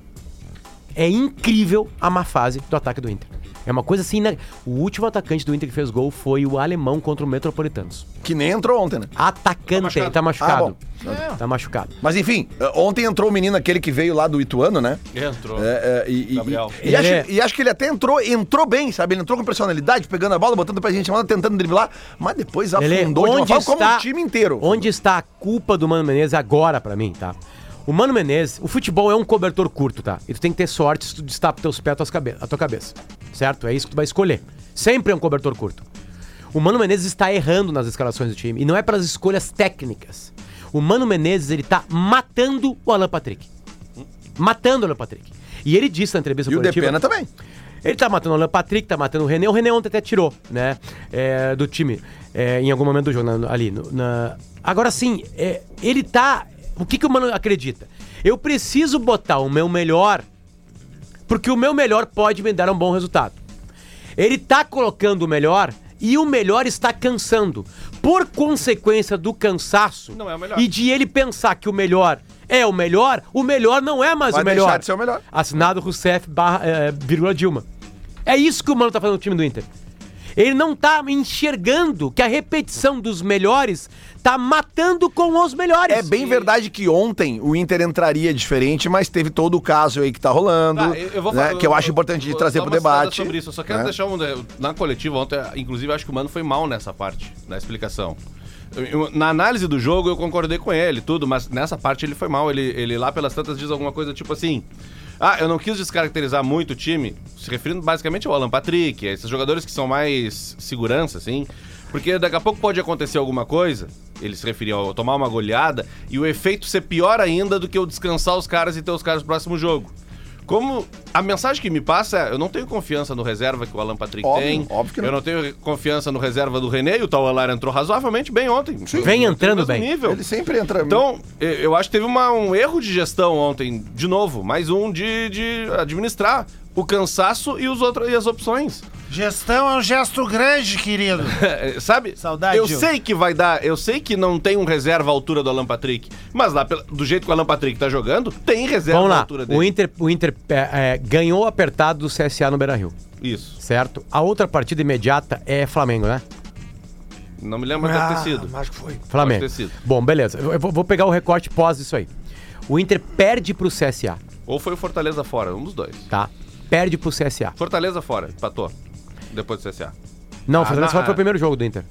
É incrível a má fase do ataque do Inter. É uma coisa assim, né? O último atacante do Inter que fez gol foi o alemão contra o Metropolitanos.
Que nem entrou ontem, né?
Atacante, ele tá machucado. Tá machucado.
Mas enfim, eh, ontem entrou o menino aquele que veio lá do Ituano, né?
Entrou.
É, é, e, e-
Gabriel.
e- e acho,
Ele é-
e acho que ele até entrou, entrou bem, sabe? Ele entrou com personalidade, pegando a bola, botando pra gente, chamando, tentando driblar, mas depois
Lelê,
afundou de uma forma como o time inteiro.
é Onde está a culpa do Mano Menezes agora pra mim, tá? O Mano Menezes, o futebol é um cobertor curto, tá? E tu tem que ter sorte se tu destapa teus pés, tuas cabe a tua cabeça. Certo? É isso que tu vai escolher. Sempre é um cobertor curto. O Mano Menezes está errando nas escalações do time. E não é pelas escolhas técnicas. O Mano Menezes, ele tá matando o Alan Patrick. Matando o Alan Patrick. E ele disse na entrevista
E o
coletiva-
Depena também.
ele tá matando o Alan Patrick, tá matando o René. O René ontem até tirou, né? é, do time. é, em algum momento do jogo, na- ali. no- na- Agora sim, é, ele tá. O que, que o Mano acredita? Eu preciso botar o meu melhor, porque o meu melhor pode me dar um bom resultado. Ele tá colocando o melhor e o melhor está cansando. Por consequência do cansaço
Não é o melhor.
e de ele pensar que o melhor é o melhor, o melhor não é mais
Vai
o melhor.
deixar de ser o melhor.
Assinado Rousseff barra, eh, vírgula Dilma. É isso que o Mano tá fazendo no time do Inter. Ele não tá enxergando que a repetição dos melhores tá matando com os melhores.
É bem verdade que ontem o Inter entraria diferente, mas teve todo o caso aí que tá rolando,
Tá, eu, eu vou
né,
falar-
que eu acho importante de
vou
trazer
dar
pro
uma citada
debate.
Sobre isso, eu só quero
né?
deixar um. Na coletiva ontem, inclusive, acho que o Mano foi mal nessa parte, na explicação. Eu- eu- na análise do jogo, eu concordei com ele, tudo, mas nessa parte ele foi mal. Ele, ele lá pelas tantas diz alguma coisa tipo assim. Ah, eu não quis descaracterizar muito o time, se referindo basicamente ao Alan Patrick, a esses jogadores que são mais segurança, assim. Porque daqui a pouco pode acontecer alguma coisa, ele se referia ao tomar uma goleada, e o efeito ser pior ainda do que eu descansar os caras e ter os caras no próximo jogo. Como a mensagem que me passa é, eu não tenho confiança no reserva que o Alan Patrick
Óbvio,
tem.
óbvio que não.
Eu não tenho confiança no reserva do René, e o tal Alar entrou razoavelmente bem ontem.
Vem entrando
No mesmo
bem.
Nível.
Ele sempre é entra.
Então, eu- eu acho que teve uma- um erro de gestão ontem, de novo, mais um de, de administrar o cansaço e, os outros, e as opções.
Gestão é um gesto grande, querido.
É, Sabe?
Saudade,
Eu
Gil.
sei que vai dar, eu sei que não tem um reserva à altura do Alan Patrick, mas lá, pela- do jeito que o Alan Patrick tá jogando, tem reserva
Vamos
à
lá.
altura dele.
O Inter, o Inter eh, eh, ganhou apertado do CSA no Beira Rio,
Isso.
certo? A outra partida imediata é Flamengo, né?
Não me lembro, mas deve ter sido.
Acho que Ah, foi.
Flamengo.
Pode ter sido.
Bom, beleza. Eu vou, vou pegar o recorte pós isso aí. O Inter perde pro CSA,
Ou foi o Fortaleza fora, um dos dois.
tá? Perde pro CSA.
Fortaleza fora, empatou. Depois do CSA.
Não,
Ah,
Fortaleza
não,
Fora foi
é.
o primeiro jogo do Inter.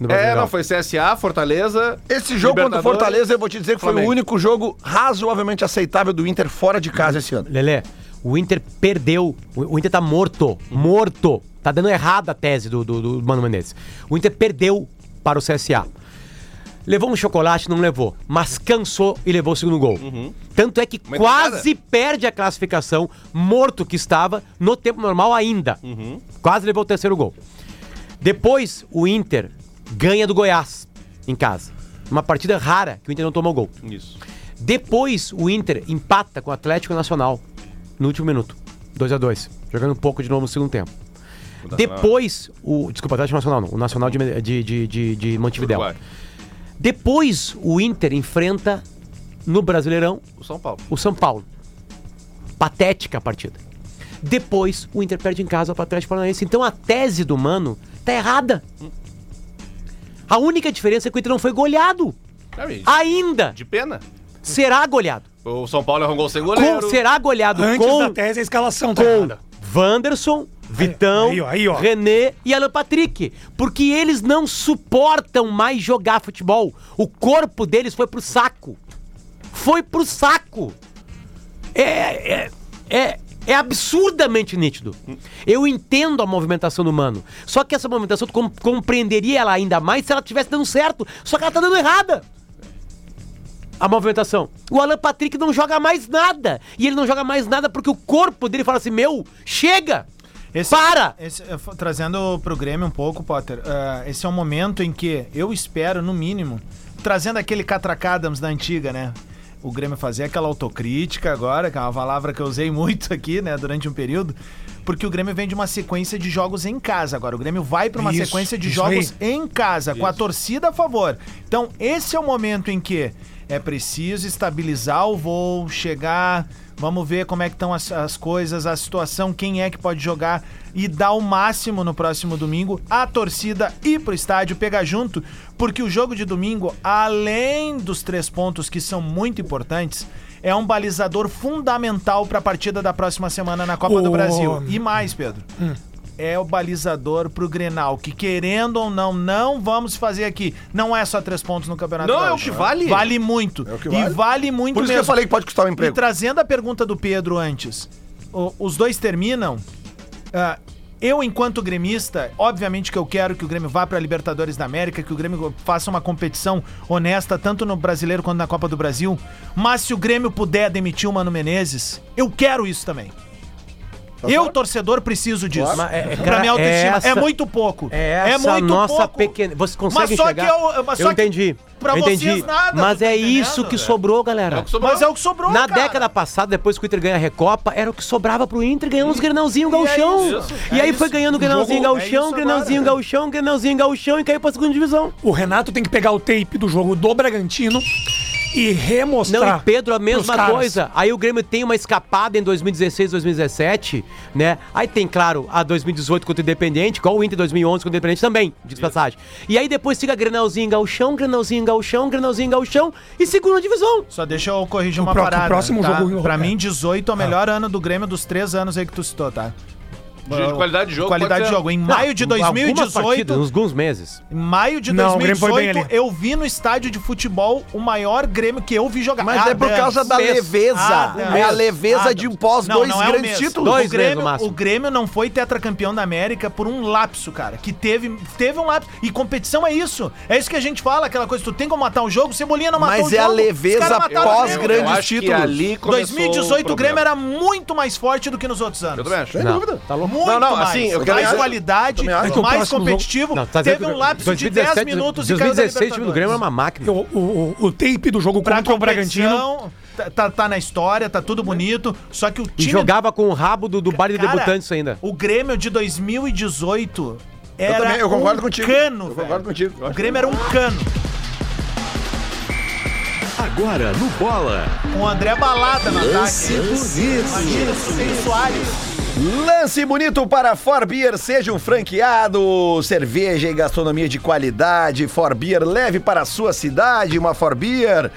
No
É,
Brasileirão.
não, foi CSA, Fortaleza.
Esse jogo contra o
Libertadores.
Fortaleza, eu vou te dizer que foi
Flamengo.
o único jogo razoavelmente aceitável do Inter fora de casa esse ano.
Lelê, o Inter perdeu. O o Inter tá morto. Morto. Tá dando errada a tese do, do, do Mano Menezes. O Inter perdeu para o CSA. Levou um chocolate, não levou. Mas cansou e levou o segundo gol. Tanto é que
Mas
quase perde a classificação, morto que estava, no tempo normal ainda. Quase levou o terceiro gol. Depois, o Inter ganha do Goiás em casa. Uma partida rara que o Inter não tomou gol.
Isso.
Depois o Inter empata com o Atlético Nacional no último minuto. 2 a 2 Jogando um pouco de novo no segundo tempo. Depois o. Desculpa, Atlético Nacional não. O Nacional de, de, de, de, de Montevidéu.
Uruguai.
Depois o Inter enfrenta no Brasileirão
O São Paulo.
o São Paulo. Patética a partida. Depois o Inter perde em casa para o Atlético Paranaense. Então a tese do Mano tá errada. A única diferença é que o Inter não foi goleado.
É, gente,
Ah! Ainda
De pena.
será goleado.
O São Paulo arrancou sem goleiro.
Com, será goleado
Antes
com,
da tese, a escalação tá
com
errada.
Wanderson, Vitão,
aí, ó, aí, ó.
René e Alan Patrick. Porque eles não suportam mais jogar futebol. O corpo deles foi pro saco. Foi pro saco. É, é, é, é absurdamente nítido. Eu entendo a movimentação do Mano. Só que essa movimentação tu com- compreenderia ela ainda mais se ela tivesse dando certo. Só que ela tá dando errada. A movimentação. O Alan Patrick não joga mais nada. E ele não joga mais nada porque o corpo dele fala assim: meu, chega!
Esse-
Para!
esse- eh, f- trazendo pro Grêmio um pouco, Potter, ah, esse é um momento em que eu espero, no mínimo, trazendo aquele Catracadams da antiga, né? O Grêmio fazer aquela autocrítica agora, que é uma palavra que eu usei muito aqui, né, durante um período, porque o Grêmio vem de uma sequência de jogos em casa agora. O Grêmio vai para uma
Isso,
sequência de
isso
jogos
aí.
em casa, com a torcida a favor. Então, esse é o momento em que é preciso estabilizar o voo, chegar, vamos ver como é que estão as, as coisas, a situação, quem é que pode jogar e dar o máximo no próximo domingo. A torcida ir pro estádio, pegar junto, porque o jogo de domingo, além dos três pontos que são muito importantes, é um balizador fundamental para a partida da próxima semana na Copa do
O-
Brasil. E mais, Pedro é o balizador pro Grenal, que querendo ou não, não vamos fazer aqui. Não é só três pontos no Campeonato
Não, é o
Gaúcho.
que vale.
Vale muito.
É o que
E
vale.
vale muito
Por isso que eu
mesmo.
falei que pode custar um
E
emprego.
trazendo a pergunta do Pedro antes, o- os dois terminam. ah, eu, enquanto gremista, obviamente que eu quero que o Grêmio vá para a Libertadores da América, que o Grêmio faça uma competição honesta, tanto no brasileiro quanto na Copa do Brasil. Mas se o Grêmio puder demitir o Mano Menezes, eu quero isso também. eu, torcedor, preciso disso.
Mas é- é,
pra
cara,
minha autoestima.
é essa-
é muito pouco.
É, essa nossa pequena. Você consegue
Mas só
enxergar?
que eu- mas
eu
só que
entendi.
pra
eu
vocês
entendi.
nada,
Mas
tá
é
entendendo?
isso que sobrou, galera.
É o que sobrou.
Mas é o que sobrou,
Na
cara.
década passada, depois que o Inter ganha a Recopa, era o que sobrava pro Inter, ganhando uns Grenalzinho
é
Gauchão.
isso,
E
é
aí
isso.
foi ganhando Grenalzinho
O jogo é
Gauchão,
isso
Grenalzinho
agora.
Gauchão, Grenalzinho Gauchão e caiu pra segunda divisão.
O Renato tem que pegar o tape do jogo do Bragantino e remostrar.
Não, e Pedro, a
Tá. pros
mesma
caras.
coisa. Aí o Grêmio tem uma escapada em 2016, 2017, né? Aí tem, claro, a 2018 contra o Independente, igual o Inter 2011 contra o Independente também, diz passagem. E aí depois fica Grenalzinho Gauchão, Grenalzinho Gauchão, Grenalzinho Gauchão e segunda divisão.
Só deixa eu corrigir
O
uma
pró- o
parada.
próximo
tá?
jogo- Ah.
Pra
é.
mim, 18 é o melhor ano do Grêmio dos três anos aí que tu citou, tá?
De qualidade de jogo,
Qualidade
pode
de
ser.
jogo. Em maio de
Algumas
2018.
partidas, uns alguns meses.
Em maio de
Não, o Grêmio foi bem
2018,
ali.
eu vi no estádio de futebol o maior Grêmio que eu vi jogar.
Mas é por
Adams.
causa da
Mês.
leveza.
Adams.
É a leveza
Adams.
de um pós
Não,
dois
não é o
grandes
mês.
títulos.
Dois
o
meses no
Grêmio,
máximo.
o Grêmio não foi tetracampeão da América por um lapso, cara. Que teve, teve um lapso. E competição é isso. É isso que a gente fala, aquela coisa, tu tem como matar um jogo, Cebolinha não matou
Mas
o
é a
jogo, os caras
leveza
mataram o
pós
Grêmio.
grandes
acho que
títulos.
ali começou
2018 o Grêmio
problema.
era muito mais forte do que nos outros anos.
Eu também acho.
Não, Tá louco.
Muito
Não, não,
mais.
assim, eu
mais
quero-
qualidade,
também acho.
É que o
mais
próximo
competitivo.
Não, tá dizendo
teve
que
um
o-
lapso de 10 minutos e caiu da
2016, o time do Grêmio era uma máquina.
O, o- o- o tape do jogo
Pra
contra o Bragantino.
competição, tá- Tá, tá na história, tá tudo bonito. Só que o
E
time.
jogava com o rabo do, do baile de
Cara,
debutantes ainda.
O Grêmio de 2018 era
também- eu concordo
um
contigo.
cano.
Eu concordo
velho.
contigo. Eu
O
acho
Grêmio era um cano.
Agora no Bola.
Com o André Balada no ataque.
bonito.
Imagina, sem Soares.
Lance bonito para For Beer, seja um franqueado. Cerveja e gastronomia de qualidade. For Beer, leve para a sua cidade uma For Beer.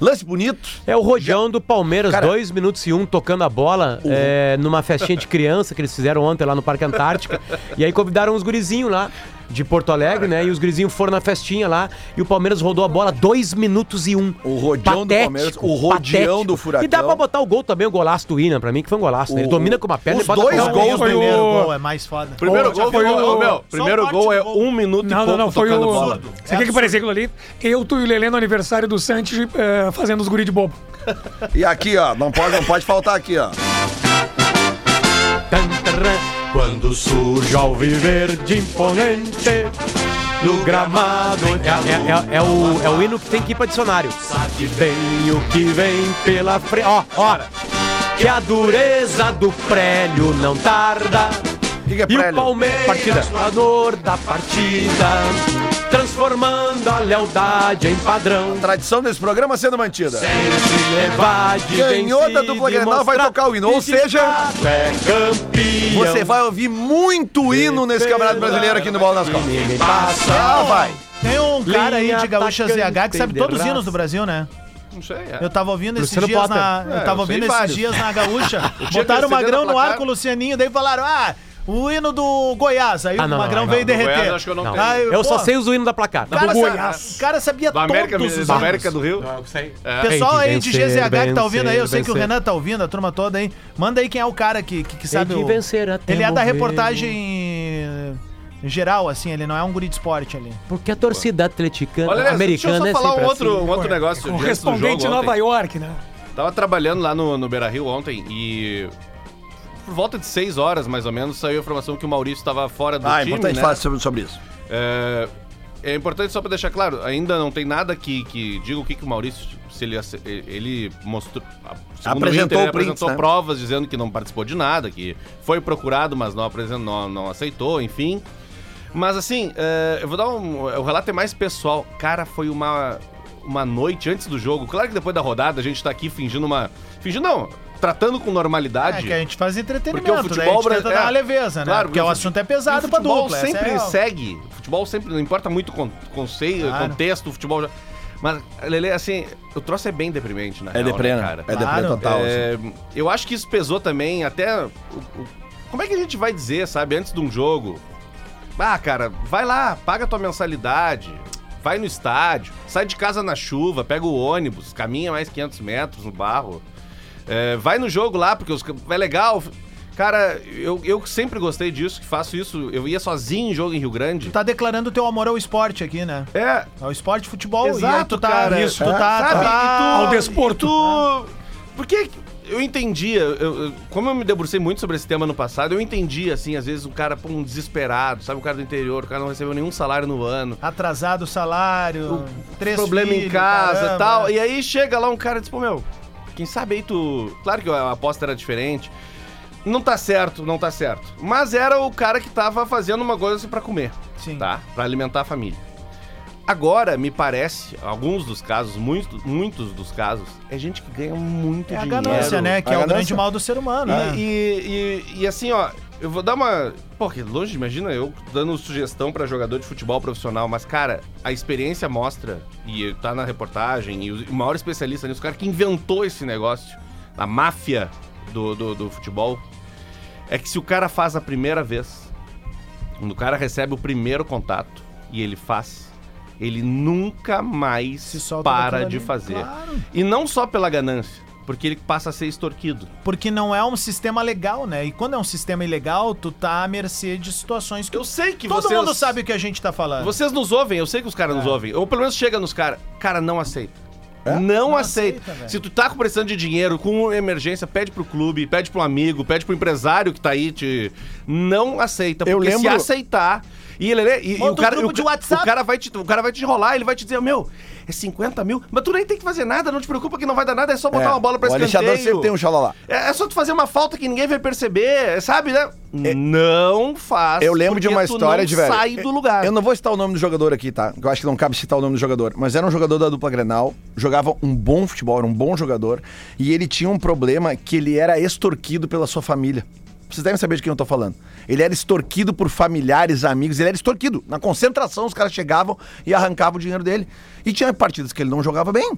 Lance bonito.
É o Rojão do Palmeiras,
Cara-
dois minutos e um, tocando a bola, é, numa festinha de criança que eles fizeram ontem lá no Parque Antártica. e aí convidaram os gurizinhos lá, de Porto Alegre, né? E os gurizinhos foram na festinha lá e o Palmeiras rodou a bola dois minutos e um.
O Rodião do Palmeiras, o Rodião
patético.
do Furacão.
E dá pra botar o gol também, o golaço do Ina pra mim, que foi um golaço. né? Ele
O-
domina com uma perna
os
e bota
dois
com a
Não,
outra.
gols
o
do-
primeiro gol é mais foda.
Primeiro gol,
foi
foi
o-
o, meu,
o
primeiro
corte
gol
do
é
gol.
um minuto e
Não,
pouco
não, não, foi
tocando
o.
bola.
Você quer que parecia aquilo ali? Eu, tu e o Lelê no aniversário do Santos eh, fazendo os guri de bobo.
E aqui, ó, não pode, não pode faltar aqui, ó.
Quando surge ao viver de imponente no gramado. É, é- é- é o, é o hino que tem que ir pra dicionário. Sabe bem o que vem pela frente. Ó, ó. Que a dureza do prélio não tarda.
Que que é
e o
prélio?
Palmeiras,
Partida.
doador da partida, transformando a lealdade em padrão.
Tradição desse programa sendo mantida.
Sempre levar de
Ganhou da
vencido
dupla
e
Grenal, vai
mostrar
tocar o hino, ou
que de
seja,
fato é campeão.
é um
Você vai ouvir muito hino nesse Campeonato Brasileiro aqui no Bola nas Costas.
Ninguém passa.
Ah, vai.
Tem um cara aí de
Linha
Gaúcha
atacante,
ZH que sabe todos os
terraço.
hinos do Brasil, né?
Não sei, é.
Eu tava ouvindo esses
Luciano
dias
Potter.
na. Eu
É,
tava
eu sei
ouvindo esses
vários.
dias na gaúcha.
dia que
Botaram o
ele cedeu
Magrão
na
no ar
placar-
com o Lucianinho, daí falaram: ah, o hino do Goiás. Aí
Ah, não,
o Magrão
não, não,
veio
do
derreter.
Goiás acho que eu não tenho.
Aí,
Eu só
pô,
sei os hino da placar.
o cara,
do
sa-
Goiás.
o cara sabia
Da América,
todos os
da
hinos.
América do Rio.
Pessoal aí
Tem
de
que
GZH que tá
vencer,
ouvindo aí, eu sei que o
vencer.
Renan tá ouvindo, a turma toda aí. Manda aí quem é o cara que, que, que sabe.
que
o-
vencer até
Ele é da
morrer.
reportagem geral, assim, ele não é um guri de esporte ali.
Porque a torcida atleticana
Olha, aliás, deixa eu
americana
só
é
falar
sempre
um outro,
assim.
um outro negócio. antes do
Correspondente
jogo
Nova
ontem.
York, né?
Tava trabalhando lá no, no Beira Rio ontem e. Por volta de 6 horas, mais ou menos, saiu a informação que o Maurício estava fora do
Ah, é
time.
importante
né?
falar sobre, sobre isso.
É, é importante só pra deixar claro, ainda não tem nada que, que diga o que, que o Maurício, se ele, ace- ele mostrou. a- segundo
Apresentou
ele
o print,
apresentou
né?
provas dizendo que não participou de nada, que foi procurado, mas não apresentou, não, não aceitou, enfim. Mas assim, é, eu vou dar um. O relato é mais pessoal. Cara, foi uma, uma noite antes do jogo. Claro que depois da rodada a gente tá aqui fingindo uma. Fingindo não, tratando com normalidade.
É que a gente faz entretenimento,
Porque o
daí a
futebol é,
gente tenta
brasileiro.
dar uma leveza, né? porque o assunto é pesado pra
O
dupla.
futebol
essa é
sempre
a-
segue. O futebol sempre, não importa muito o con- conceito,
Claro.
contexto, o futebol. já- Mas, Lele, assim, o troço é bem deprimente, né?
É de prena.
cara?
É de prena
Claro.
total. assim.
É, eu acho que isso pesou também, até. o- o- como é que a gente vai dizer, sabe, antes de um jogo? Ah, cara, vai lá, paga tua mensalidade, vai no estádio, sai de casa na chuva, pega o ônibus, caminha mais 500 metros no barro. É, vai no jogo lá, porque os, é legal. Cara, eu, eu sempre gostei disso, que faço isso. Eu ia sozinho em jogo em Rio Grande.
Tá declarando teu amor ao esporte aqui, né?
É,
Ao esporte futebol e aí
Exato,
tu tá.
cara.
Isso, tu
É.
tá. tá-
Sabe, e tu-
Ao desporto.
e tu- Porque eu entendia, eu- eu- como eu me debrucei muito sobre esse tema no passado, eu entendi, assim, às vezes o cara, pô, um desesperado, sabe? O cara do interior, o cara não recebeu nenhum salário no ano.
tá Atrasado o salário, três
problema em
filhos,
casa
caramba. é.
e tal. E aí chega lá um cara e diz, pô, meu, quem sabe aí tu... Claro que a aposta era diferente. Não tá certo, não tá certo. Mas era o cara que tava fazendo uma coisa assim pra comer.
Sim.
Tá? Pra alimentar a família. Agora, me parece, alguns dos casos, muitos, muitos dos casos, é gente que ganha muito
É a
dinheiro. É.
ganância, né? Que
A
é o grande
ganância.
mal do ser humano, né?
E, e- e- e assim, ó, eu vou dar uma. Pô, que longe, imagina eu dando sugestão pra jogador de futebol profissional, mas, cara, a experiência mostra, e tá na reportagem, e o maior especialista nisso, o cara que inventou esse negócio, a máfia do, do, do futebol, é que se o cara faz a primeira vez, quando o cara recebe o primeiro contato e ele faz, ele nunca mais
Se solta
para
daquilo
de
ali.
fazer.
Claro.
E não só pela ganância, porque ele passa a ser extorquido.
Porque não é um sistema legal, né? E quando é um sistema ilegal, tu tá à mercê de situações que.
Eu sei que é
Todo
vocês...
mundo sabe o que a gente tá falando.
Vocês nos ouvem, eu sei que os caras
É.
nos ouvem. Ou pelo menos chega nos caras. Cara, não aceita. Não, aceita.
aceita, velho.
Se tu tá com pressão de dinheiro, com emergência, pede pro clube, pede pro amigo, pede pro empresário que tá aí te. Não aceita.
Eu
se
lembro-
aceitar. E, ele, é, e, e
Monta
o
um
cara.
grupo
o,
de
ca-
WhatsApp.
o cara vai te, o cara vai te enrolar, ele vai te dizer: Meu, é 50 mil, mas tu nem tem que fazer nada, não te preocupa que não vai dar nada, é só botar
É,
uma bola pra
o
escanteio.
Alexandre sempre tem um xalala.
É, é só tu fazer uma falta que ninguém vai perceber, sabe, né? não faz.
É. Eu lembro de
porque
uma
tu
história
não
de velho.
sai do lugar.
Eu não vou citar o nome do jogador aqui, tá? Eu acho que não cabe citar o nome do jogador. Mas era um jogador da dupla Grenal, jogava um bom futebol, era um bom jogador. E ele tinha um problema que ele era extorquido pela sua família. Vocês devem saber de quem eu tô falando. Ele era extorquido por familiares, amigos, ele era extorquido. Na concentração, os caras chegavam e arrancavam o dinheiro dele. E tinha partidas que ele não jogava bem.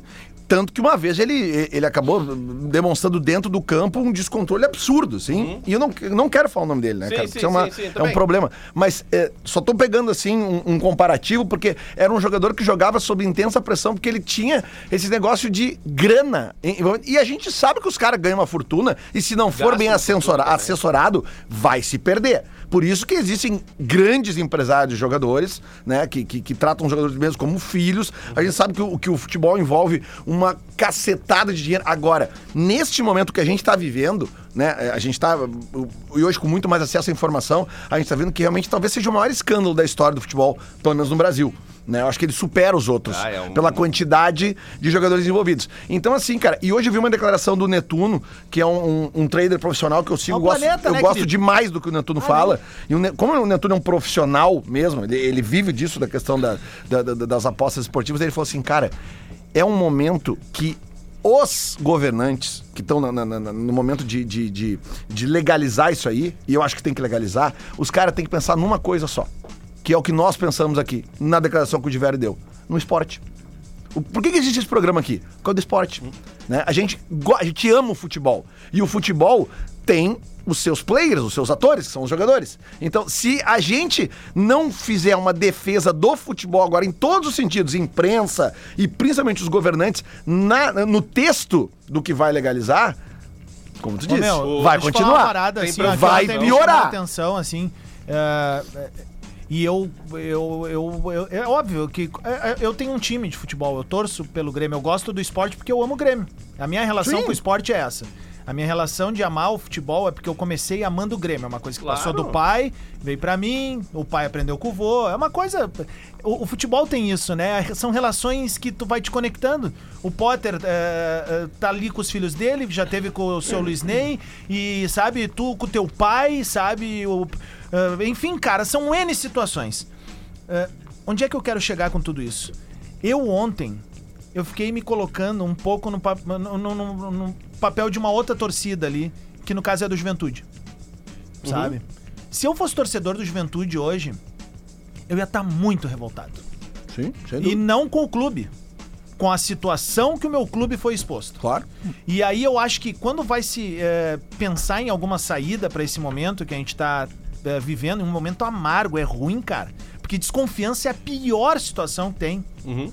Tanto que uma vez ele, ele acabou demonstrando dentro do campo um descontrole absurdo, sim. E eu não, eu não quero falar o nome dele, né,
Uhum. Sim,
cara?
sim,
Isso é, uma-
sim, sim, eu
é um
também.
problema. Mas é, só tô pegando assim um, um comparativo, porque era um jogador que jogava sob intensa pressão, porque ele tinha esse negócio de grana. em- em- E a gente sabe que os caras ganham uma fortuna, e se não for
Gastam
bem
uma
assessora-
fortuna, né?
assessorado, vai se perder. Por isso que existem grandes empresários de jogadores, né? Que, que, que tratam os jogadores mesmo como filhos. A gente sabe que o, que o futebol envolve uma cacetada de dinheiro. Agora, neste momento que a gente está vivendo, né? eh, A gente está. E hoje, com muito mais acesso à informação, a gente está vendo que realmente talvez seja o maior escândalo da história do futebol, pelo menos no Brasil. Né? Eu acho que ele supera os outros
Ah, é um-
pela quantidade de jogadores envolvidos. Então, assim, cara, e hoje eu vi uma declaração do Netuno, que é um, um- um trader profissional que eu sigo.
É um
eu gosto,
planeta,
eu
né,
gosto
querido?
demais do que o Netuno fala. E o Ne- como o Netuno é um profissional mesmo, ele, ele vive disso, da questão da- da- da- das apostas esportivas, ele falou assim, cara, é um momento que os governantes que estão na- na- na- na- no momento de, de- de- de legalizar isso aí, e eu acho que tem que legalizar, os caras têm que pensar numa coisa só, que é o que nós pensamos aqui, na declaração que o Diverio deu, no esporte. O- Por que, que existe esse programa aqui? Por causa do esporte. Né? A, gente, go- a gente ama o futebol. E o futebol tem os seus players, os seus atores, que são os jogadores. Então, se a gente não fizer uma defesa do futebol agora em todos os sentidos, imprensa e principalmente os governantes, na- no texto do que vai legalizar, como tu
Ô,
disse,
meu,
vai
deixa eu falar uma
continuar.
parada, assim, ó, que
vai
ontem me chamou a
piorar.
atenção, assim. é, é, e eu, eu, eu, eu- É óbvio que. é, é, eu tenho um time de futebol, eu torço pelo Grêmio, eu gosto do esporte porque eu amo o Grêmio. A minha relação
Sim.
com o esporte é essa. A minha relação de amar o futebol é porque eu comecei amando o Grêmio. É uma coisa que passou do
Claro.
pai, veio pra mim, o pai aprendeu com o vô. É uma coisa. O, o futebol tem isso, né? São relações que tu vai te conectando. O Potter é, é, tá ali com os filhos dele, já teve com o seu Luiz Ney, e sabe, tu com o teu pai, sabe? o- é, enfim, cara, são N situações. É, onde é que eu quero chegar com tudo isso? Eu ontem, eu fiquei me colocando um pouco no, pa- no- no- no- no papel de uma outra torcida ali, que no caso é a do Juventude sabe? Se eu fosse torcedor do Juventude hoje, eu ia estar muito revoltado.
Sim, sem
E
dúvida.
não com o clube, com a situação que o meu clube foi exposto.
Claro.
E aí eu acho que quando vai se é, pensar em alguma saída pra esse momento que a gente tá é, vivendo, um momento amargo, é ruim, cara. Porque desconfiança é a pior situação que tem.
Uhum.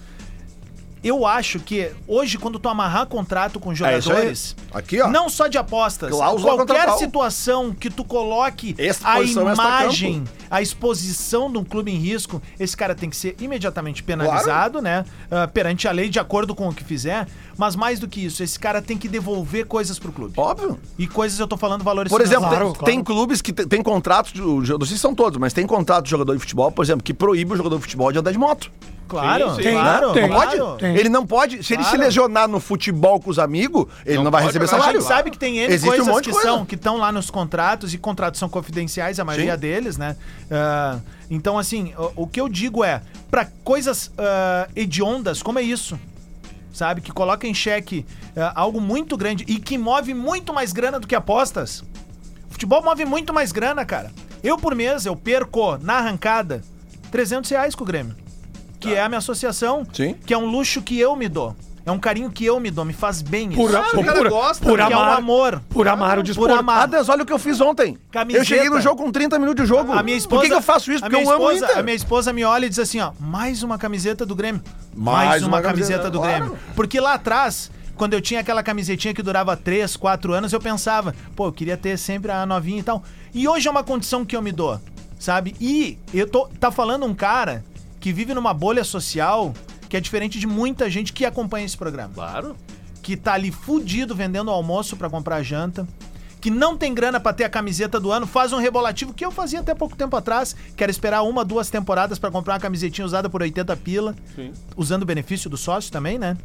Eu acho que hoje, quando tu amarrar contrato com
É isso aí.
jogadores,
Aqui, ó.
não só de apostas,
Cláusula
qualquer
contratual.
situação que tu coloque a
Exposição
imagem, a exposição de um clube em risco, esse cara tem que ser imediatamente penalizado, né? ah, perante a lei, de acordo com o que fizer. Mas mais do que isso, esse cara tem que devolver coisas pro clube.
Óbvio.
E coisas eu tô falando valores
Por exemplo,
financeiros.
tem, tem clubes que te- tem contratos, de- o jo- não sei se são todos, mas tem contrato de jogador de futebol, por exemplo, que proíbe o jogador de futebol de andar de moto.
claro,
Sim, sim.
claro,
Tem,
Não pode?
claro.
Tem.
Ele não pode. Se ele se
Claro.
lesionar no futebol com os amigos, ele não,
Não
vai
pode
receber
jogar.
A
salário.
gente sabe que tem N
Existe um
coisas
monte de
que
coisa.
são, que estão lá nos contratos, e contratos são confidenciais, a maioria
Sim.
deles, né? Ah, então, assim, o, o que eu digo é, pra coisas ah, hediondas, como é isso? Sabe? Que coloca em xeque ah, algo muito grande e que move muito mais grana do que apostas. Futebol move muito mais grana, cara. Eu, por mês, eu perco na arrancada 300 reais com o Grêmio. Que é a minha associação.
Tá. Sim.
Que é um luxo que eu me dou. É um carinho que eu me dou. Me faz bem isso.
Por,
Claro, o cara
por,
gosta, né?
por
Que é um
amar,
amor.
por amar o desporto.
amar.
Adas, olha o que eu fiz ontem.
Camiseta.
Eu cheguei no jogo com 30 minutos de jogo.
A minha esposa,
Por que, que eu faço isso?
a
Porque eu
minha
amo o
esposa-
Inter.
A minha esposa me olha e diz assim, ó, mais uma camiseta do Grêmio.
Mais
uma,
uma
camiseta,
camiseta,
do
claro.
Grêmio. Porque lá atrás, quando eu tinha aquela camisetinha que durava 3, 4 anos, eu pensava, pô, eu queria ter sempre a novinha e tal. E hoje é uma condição que eu me dou, sabe? E eu tô tá falando um cara que vive numa bolha social que é diferente de muita gente que acompanha esse programa
Claro.
que tá ali fudido vendendo almoço pra comprar a janta, que não tem grana pra ter a camiseta do ano, faz um rebolativo que eu fazia até pouco tempo atrás, que era esperar uma, duas temporadas pra comprar uma camisetinha usada por 80 pila, usando o benefício do sócio também, né?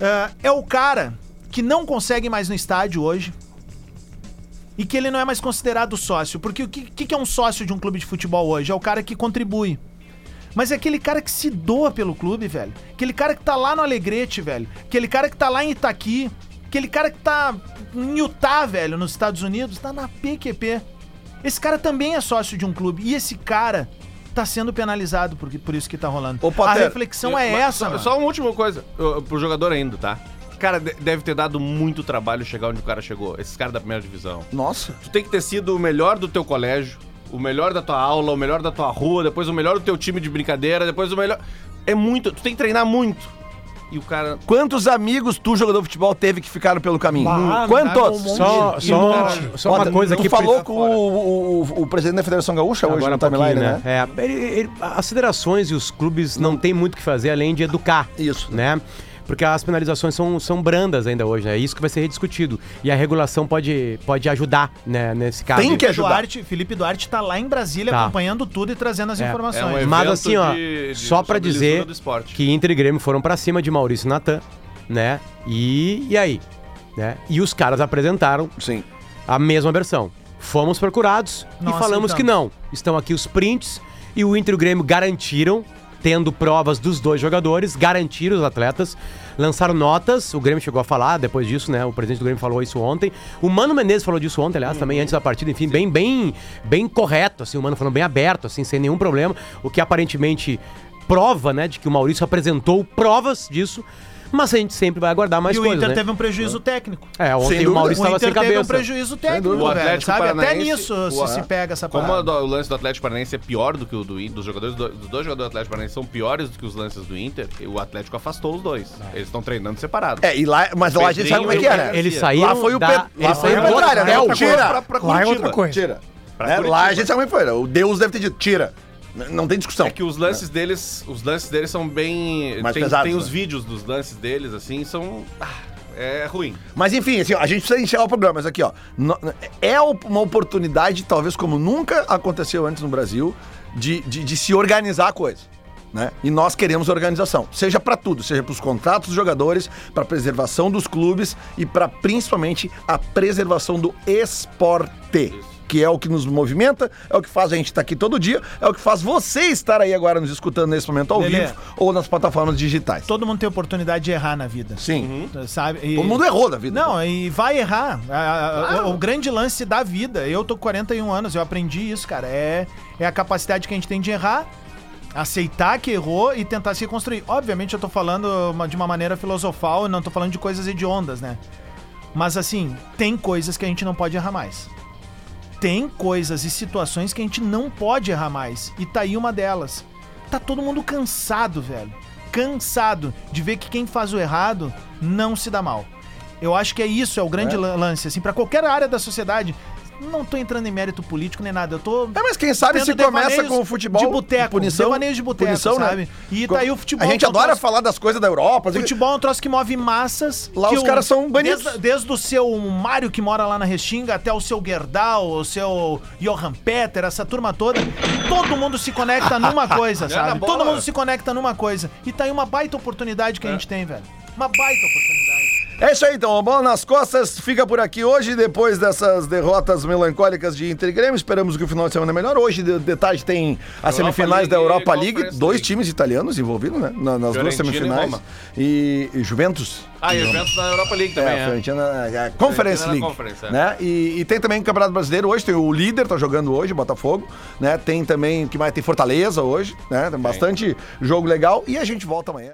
Ah, é o cara que não consegue mais no estádio hoje e que ele não é mais considerado sócio, porque o que, que que é um sócio de um clube de futebol hoje? É o cara que contribui. Mas é aquele cara que se doa pelo clube, velho. Aquele cara que tá lá no Alegrete, velho. Aquele cara que tá lá em Itaqui. Aquele cara que tá em Utah, velho, nos Estados Unidos. Tá na PQP. Esse cara também é sócio de um clube. E esse cara tá sendo penalizado por, por isso que tá rolando.
Ô,
a
Potter,
reflexão é
Mas
essa,
só-
mano.
Só uma última coisa uh, pro jogador ainda, tá? Cara, de- deve ter dado muito trabalho chegar onde o cara chegou. Esses caras da primeira divisão.
Nossa.
Tu tem que ter sido o melhor do teu colégio, o melhor da tua aula, o melhor da tua rua, depois o melhor do teu time de brincadeira, depois o melhor. É muito, tu tem que treinar muito. E o cara.
Quantos amigos tu, jogador de futebol, teve que ficaram pelo caminho?
Bah,
Quantos?
um monte.
Só, só, só uma
Potter,
coisa
tu
que
falou com o, o- o presidente da Federação Gaúcha hoje
Agora
no
um pouquinho,
timeline,
né?
né?
É, ele- ele- as federações e os clubes não têm muito o que fazer além de educar.
Isso.
Né? Porque as penalizações são, são brandas ainda hoje, né? É isso que vai ser rediscutido. E a regulação pode, pode ajudar né, nesse caso.
Tem que ajudar.
Duarte, Felipe Duarte tá lá em Brasília
Tá.
acompanhando tudo e trazendo as
É,
é um
informações.
evento
Mas assim, ó,
de- de-
só pra
sobre
dizer
lisura do esporte.
que Inter e Grêmio foram pra cima de Maurício e Natan, né? E, e aí? Né? E os caras apresentaram
Sim.
a mesma versão. Fomos procurados
Não
e falamos
aceitamos.
que não. Estão aqui os prints e o Inter e o Grêmio garantiram, tendo provas dos dois jogadores, garantiram os atletas, lançaram notas, o Grêmio chegou a falar depois disso, né? O presidente do Grêmio falou isso ontem. O Mano Menezes falou disso ontem, aliás, também antes da partida, enfim, bem, bem, bem correto, assim, o Mano falando bem aberto, assim, sem nenhum problema, o que aparentemente prova, né, de que o Maurício apresentou provas disso. Mas a gente sempre vai aguardar mais
e o
coisas,
Inter
né?
teve um prejuízo técnico.
É,
Sem
ontem
dúvida.
o Maurício
o
estava
Inter
sem
teve um
cabeça.
prejuízo técnico,
dúvida. O
velho,
Atlético
sabe? Até
Paranaense-
nisso
o
se,
a-
se pega essa
tá Como a
parada.
do- o lance do Atlético Paranaense é pior do que o do Inter, dos jogadores do- dos dois jogadores do Atlético Paranaense são piores do que os lances do Inter, e o Atlético afastou os dois. Eles estão treinando separados.
É, e lá, mas lá a gente
Pedrinho
sabe como é que é, né?
Eles saíram
Lá foi o
da-
Pedro.
eles saíram
o
do
Petralha, né?
hotel.
Tira.
Pra, pra
Lá é
Curitiba.
outra coisa.
Tira.
Pra
Né?
Curitiba.
Lá a gente sabe como é que foi. né? O Deus deve ter dito, tira. N- Não tem discussão.
É que os lances deles, os lances deles são bem.
Então, né? Mais
tem,
pesados,
tem os
né?
vídeos dos lances deles, assim, são. ah, é ruim.
Mas enfim, assim, ó, a gente precisa encerrar o programa, mas aqui, ó. no- É op- uma oportunidade, talvez como nunca aconteceu antes no Brasil, de, de, de se organizar a coisa. Né? E nós queremos organização, seja para tudo, seja para os contratos dos jogadores, para preservação dos clubes e para principalmente a preservação do esporte, que é o que nos movimenta, é o que faz a gente estar aqui todo dia, é o que faz você estar aí agora nos escutando nesse momento ao
Lelê.
vivo ou nas plataformas digitais.
Todo mundo tem oportunidade de errar na vida.
Sim.
Sabe? E-
Todo
é
mundo errou da vida.
Uhum. Não, e vai errar. A- a- a- o, o grande lance da vida. Eu tô com 41 anos, eu aprendi isso, cara. É, é a capacidade que a gente tem de errar, aceitar que errou e tentar se reconstruir. Obviamente, eu tô falando uma- de uma maneira filosofal, eu não tô falando de coisas hediondas, né? Mas assim, tem coisas que a gente não pode errar mais. Tem coisas e situações que a gente não pode errar mais. E tá aí uma delas. Tá todo mundo cansado, velho. Cansado de ver que quem faz o errado não se dá mal. Eu acho que é isso, é o grande lan- lance, assim, pra qualquer área da sociedade. Não tô entrando em mérito político nem nada, eu tô.
É, mas quem sabe
tendo
se começa
devaneios
com o futebol
de boteco,
punição,
devaneios de boteco,
punição, né?
sabe? E tá aí o futebol
A gente
que eu
adora
trouxe-
falar das coisas da Europa. assim,
Futebol é um troço que move massas.
Lá
que
os
o-
caras são banidos.
Desde, desde o seu Mário que mora lá na Restinga até o seu Gerdau, o seu Johan Peter, essa turma toda. Todo mundo se conecta numa coisa, sabe?
bola.
Todo mundo se conecta numa coisa. E tá aí uma baita oportunidade que a gente tem, velho. Uma baita oportunidade.
É isso aí, então. A bola nas costas fica por aqui hoje, depois dessas derrotas melancólicas de Inter e Grêmio. Esperamos que o final de semana é melhor. Hoje, de, de tarde, tem as
Europa
semifinais
League
da
e
Europa
Conference
League. Dois
League.
times italianos envolvidos, né? Na- Nas duas
Fiorentina e
semifinais.
Roma.
E, e Juventus.
Ah, e o evento da Europa League também.
É, a
É,
Fiorentina, a Conference
Fiorentina na
League,
Conference, é.
né? E, e tem também o Campeonato Brasileiro hoje, tem o líder tá jogando hoje, o Botafogo, né? Tem também, o que mais? Tem Fortaleza hoje, né? Tem bastante jogo legal e a gente volta amanhã.